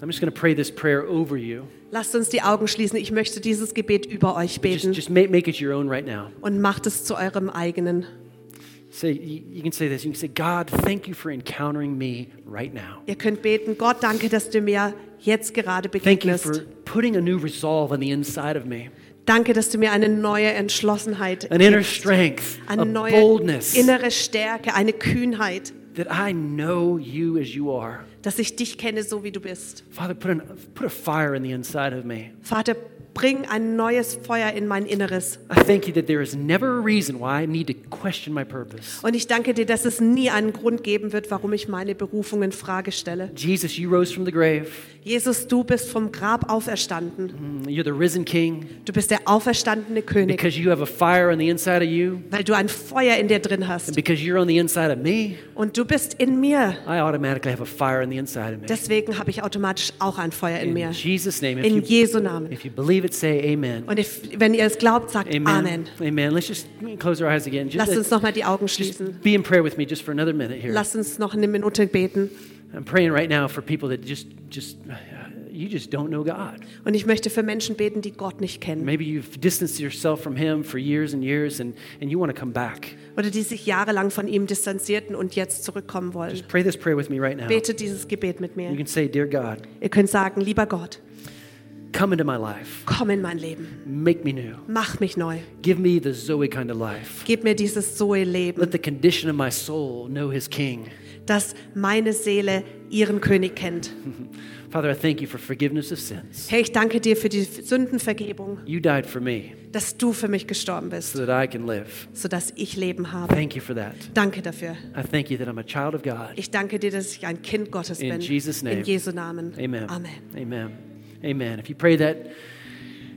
[SPEAKER 1] I'm just going to pray this prayer over you.
[SPEAKER 2] Lasst uns die Augen schließen. Ich möchte dieses Gebet über euch
[SPEAKER 1] Just,
[SPEAKER 2] beten
[SPEAKER 1] just make, make it your own right now.
[SPEAKER 2] und macht es zu eurem eigenen.
[SPEAKER 1] Say, you, you can say this. You can say, God, thank you for encountering me right now.
[SPEAKER 2] Ihr könnt beten, Gott, danke, dass du mir jetzt gerade
[SPEAKER 1] Thank you
[SPEAKER 2] begegnest.
[SPEAKER 1] for putting a new resolve on the inside of me,
[SPEAKER 2] Danke, dass du mir eine neue Entschlossenheit
[SPEAKER 1] an inner
[SPEAKER 2] gibst.
[SPEAKER 1] strength, a
[SPEAKER 2] eine neue
[SPEAKER 1] boldness.
[SPEAKER 2] innere Stärke, eine Kühnheit,
[SPEAKER 1] that I know you as you are.
[SPEAKER 2] dass ich dich kenne, so wie du bist.
[SPEAKER 1] Father, put, an, put a fire in the inside of me.
[SPEAKER 2] Vater, bring ein neues Feuer in mein Inneres.
[SPEAKER 1] I thank you that there is never a reason why I need to question my purpose.
[SPEAKER 2] Und ich danke dir, dass es nie einen Grund geben wird, warum ich meine Berufung in Frage stelle.
[SPEAKER 1] Jesus, you rose from the grave. Mm,
[SPEAKER 2] Jesus, du bist vom Grab auferstanden.
[SPEAKER 1] You're the risen King
[SPEAKER 2] Du bist der auferstandene König,
[SPEAKER 1] because you have a fire on the inside of you.
[SPEAKER 2] weil du ein Feuer in dir drin
[SPEAKER 1] And
[SPEAKER 2] hast.
[SPEAKER 1] because you're on the inside of me,
[SPEAKER 2] Und du bist in mir.
[SPEAKER 1] I automatically have a fire on the inside of me.
[SPEAKER 2] Deswegen habe ich automatisch auch ein Feuer in
[SPEAKER 1] In
[SPEAKER 2] mir.
[SPEAKER 1] Jesus' name,
[SPEAKER 2] In
[SPEAKER 1] if you,
[SPEAKER 2] Jesu Namen.
[SPEAKER 1] if you believe it, say amen.
[SPEAKER 2] Und if, wenn ihr es glaubt, sagt Amen.
[SPEAKER 1] Amen. Amen. Let's just close our eyes again.
[SPEAKER 2] Lasst uns
[SPEAKER 1] Just,
[SPEAKER 2] nochmal die Augen schließen.
[SPEAKER 1] just be in prayer with me just for another minute here.
[SPEAKER 2] Lasst uns noch eine Minute beten.
[SPEAKER 1] I'm praying right now for people that just, just, uh, you just don't know God.
[SPEAKER 2] Und ich möchte für Menschen beten, die Gott nicht kennen
[SPEAKER 1] Maybe you've distanced yourself from Him for years and years and, and you want to come back.
[SPEAKER 2] oder die sich jahrelang von ihm distanzierten und jetzt zurückkommen wollen.
[SPEAKER 1] Just pray this prayer with me right now. You
[SPEAKER 2] Betet dieses Gebet mit mir.
[SPEAKER 1] can say, Dear God,
[SPEAKER 2] Ihr könnt sagen, lieber Gott,
[SPEAKER 1] come into my life,
[SPEAKER 2] komm in mein Leben,
[SPEAKER 1] make me new,
[SPEAKER 2] mach mich neu,
[SPEAKER 1] give me the Zoe kind of life.
[SPEAKER 2] gib mir dieses Zoe-Leben,
[SPEAKER 1] Let the condition of my soul know His King.
[SPEAKER 2] dass meine Seele ihren König kennt.
[SPEAKER 1] Hm. Father, I thank you for forgiveness of sins.
[SPEAKER 2] Herr, ich danke dir für die Sündenvergebung,
[SPEAKER 1] You died for me
[SPEAKER 2] dass du für mich gestorben
[SPEAKER 1] so
[SPEAKER 2] bist,
[SPEAKER 1] that I can live.
[SPEAKER 2] sodass ich Leben habe.
[SPEAKER 1] Thank you for that.
[SPEAKER 2] Danke dafür.
[SPEAKER 1] I thank you that I'm a child of God.
[SPEAKER 2] Ich danke dir, dass ich ein Kind Gottes
[SPEAKER 1] In
[SPEAKER 2] bin.
[SPEAKER 1] Jesus' name.
[SPEAKER 2] In Jesu Namen.
[SPEAKER 1] Amen.
[SPEAKER 2] Amen.
[SPEAKER 1] Amen. Amen. If you pray that,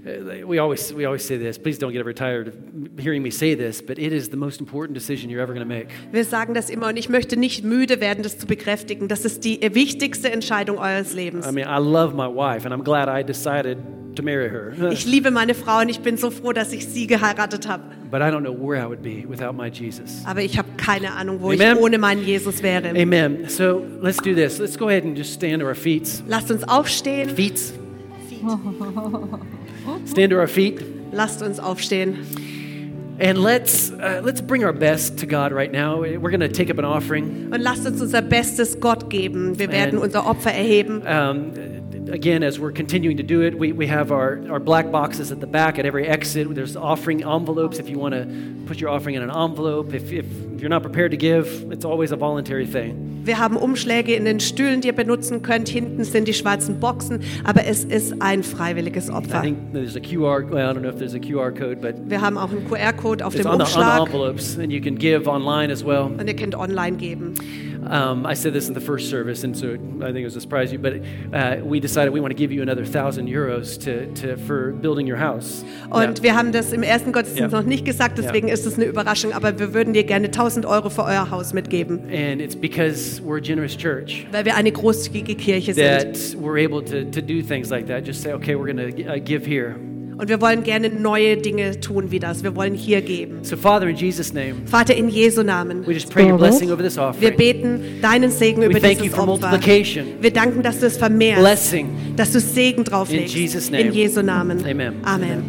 [SPEAKER 1] uh, we always we always say this. Please don't get ever tired of hearing me say this, but it is the most important decision you're ever going to make.
[SPEAKER 2] Wir sagen das immer und ich möchte nicht müde werden, das zu bekräftigen. Das ist die wichtigste Entscheidung eures Lebens.
[SPEAKER 1] I mean, I love my wife, and I'm glad I decided to marry her.
[SPEAKER 2] Ich liebe meine Frau und ich bin so froh, dass ich sie geheiratet habe.
[SPEAKER 1] but I don't know where I would be without my Jesus.
[SPEAKER 2] Aber ich habe keine Ahnung, wo
[SPEAKER 1] Amen.
[SPEAKER 2] ich ohne meinen Jesus wäre.
[SPEAKER 1] Amen. So let's do this. Let's go ahead and just stand to our feet.
[SPEAKER 2] Lasst uns aufstehen.
[SPEAKER 1] Feet. Stand to our feet.
[SPEAKER 2] Lasst uns aufstehen.
[SPEAKER 1] And let's uh, let's bring our best to God right now. We're going to take up an offering.
[SPEAKER 2] Und lasst uns unser Bestes Gott geben. Wir werden
[SPEAKER 1] Amen.
[SPEAKER 2] unser Opfer erheben.
[SPEAKER 1] Um, again, as we're continuing to do it, we, we have our, our black boxes at the back at every exit. There's offering envelopes if you want to put your offering in an envelope. If, if you're not prepared to give, it's always a voluntary thing.
[SPEAKER 2] Wir haben Umschläge in den Stühlen, die ihr benutzen könnt. Hinten sind die schwarzen Boxen, aber es ist ein freiwilliges
[SPEAKER 1] I
[SPEAKER 2] Opfer.
[SPEAKER 1] think there's a QR. Well, I don't know if there's a QR code, but
[SPEAKER 2] Wir haben auch einen QR-Code auf
[SPEAKER 1] it's
[SPEAKER 2] dem
[SPEAKER 1] on the, on the
[SPEAKER 2] Umschlag
[SPEAKER 1] envelopes, and you can give online as well.
[SPEAKER 2] und ihr könnt online geben.
[SPEAKER 1] Um, I said this in the first service, and so I think it was a surprise to you, but uh, we decided we want to give you another thousand euros to, to, for building your house.
[SPEAKER 2] Und wir haben das im ersten Gottesdienst
[SPEAKER 1] Ja.
[SPEAKER 2] noch nicht gesagt, deswegen
[SPEAKER 1] Ja.
[SPEAKER 2] ist es eine Überraschung, aber wir würden dir gerne 1000 Euro für euer Haus mitgeben,
[SPEAKER 1] And it's because we're a generous church
[SPEAKER 2] weil wir eine großzügige Kirche sind.
[SPEAKER 1] that we're able to, to do things like that. Just say, okay, we're going to uh, give here.
[SPEAKER 2] Und wir wollen gerne neue Dinge tun wie das. Wir wollen hier geben.
[SPEAKER 1] So, Father, in Jesus' name,
[SPEAKER 2] Vater, in Jesu Namen.
[SPEAKER 1] we just pray
[SPEAKER 3] Spirit.
[SPEAKER 1] your blessing over this
[SPEAKER 2] Wir
[SPEAKER 1] offering.
[SPEAKER 2] beten deinen Segen über
[SPEAKER 1] We thank you
[SPEAKER 2] dieses
[SPEAKER 1] for
[SPEAKER 2] Opfer.
[SPEAKER 1] multiplication,
[SPEAKER 2] Wir danken, dass du es vermehrst,
[SPEAKER 1] blessing.
[SPEAKER 2] dass du Segen
[SPEAKER 1] In
[SPEAKER 2] drauflegst.
[SPEAKER 1] Jesus' name.
[SPEAKER 2] In Jesu Namen.
[SPEAKER 1] Amen.
[SPEAKER 2] Amen.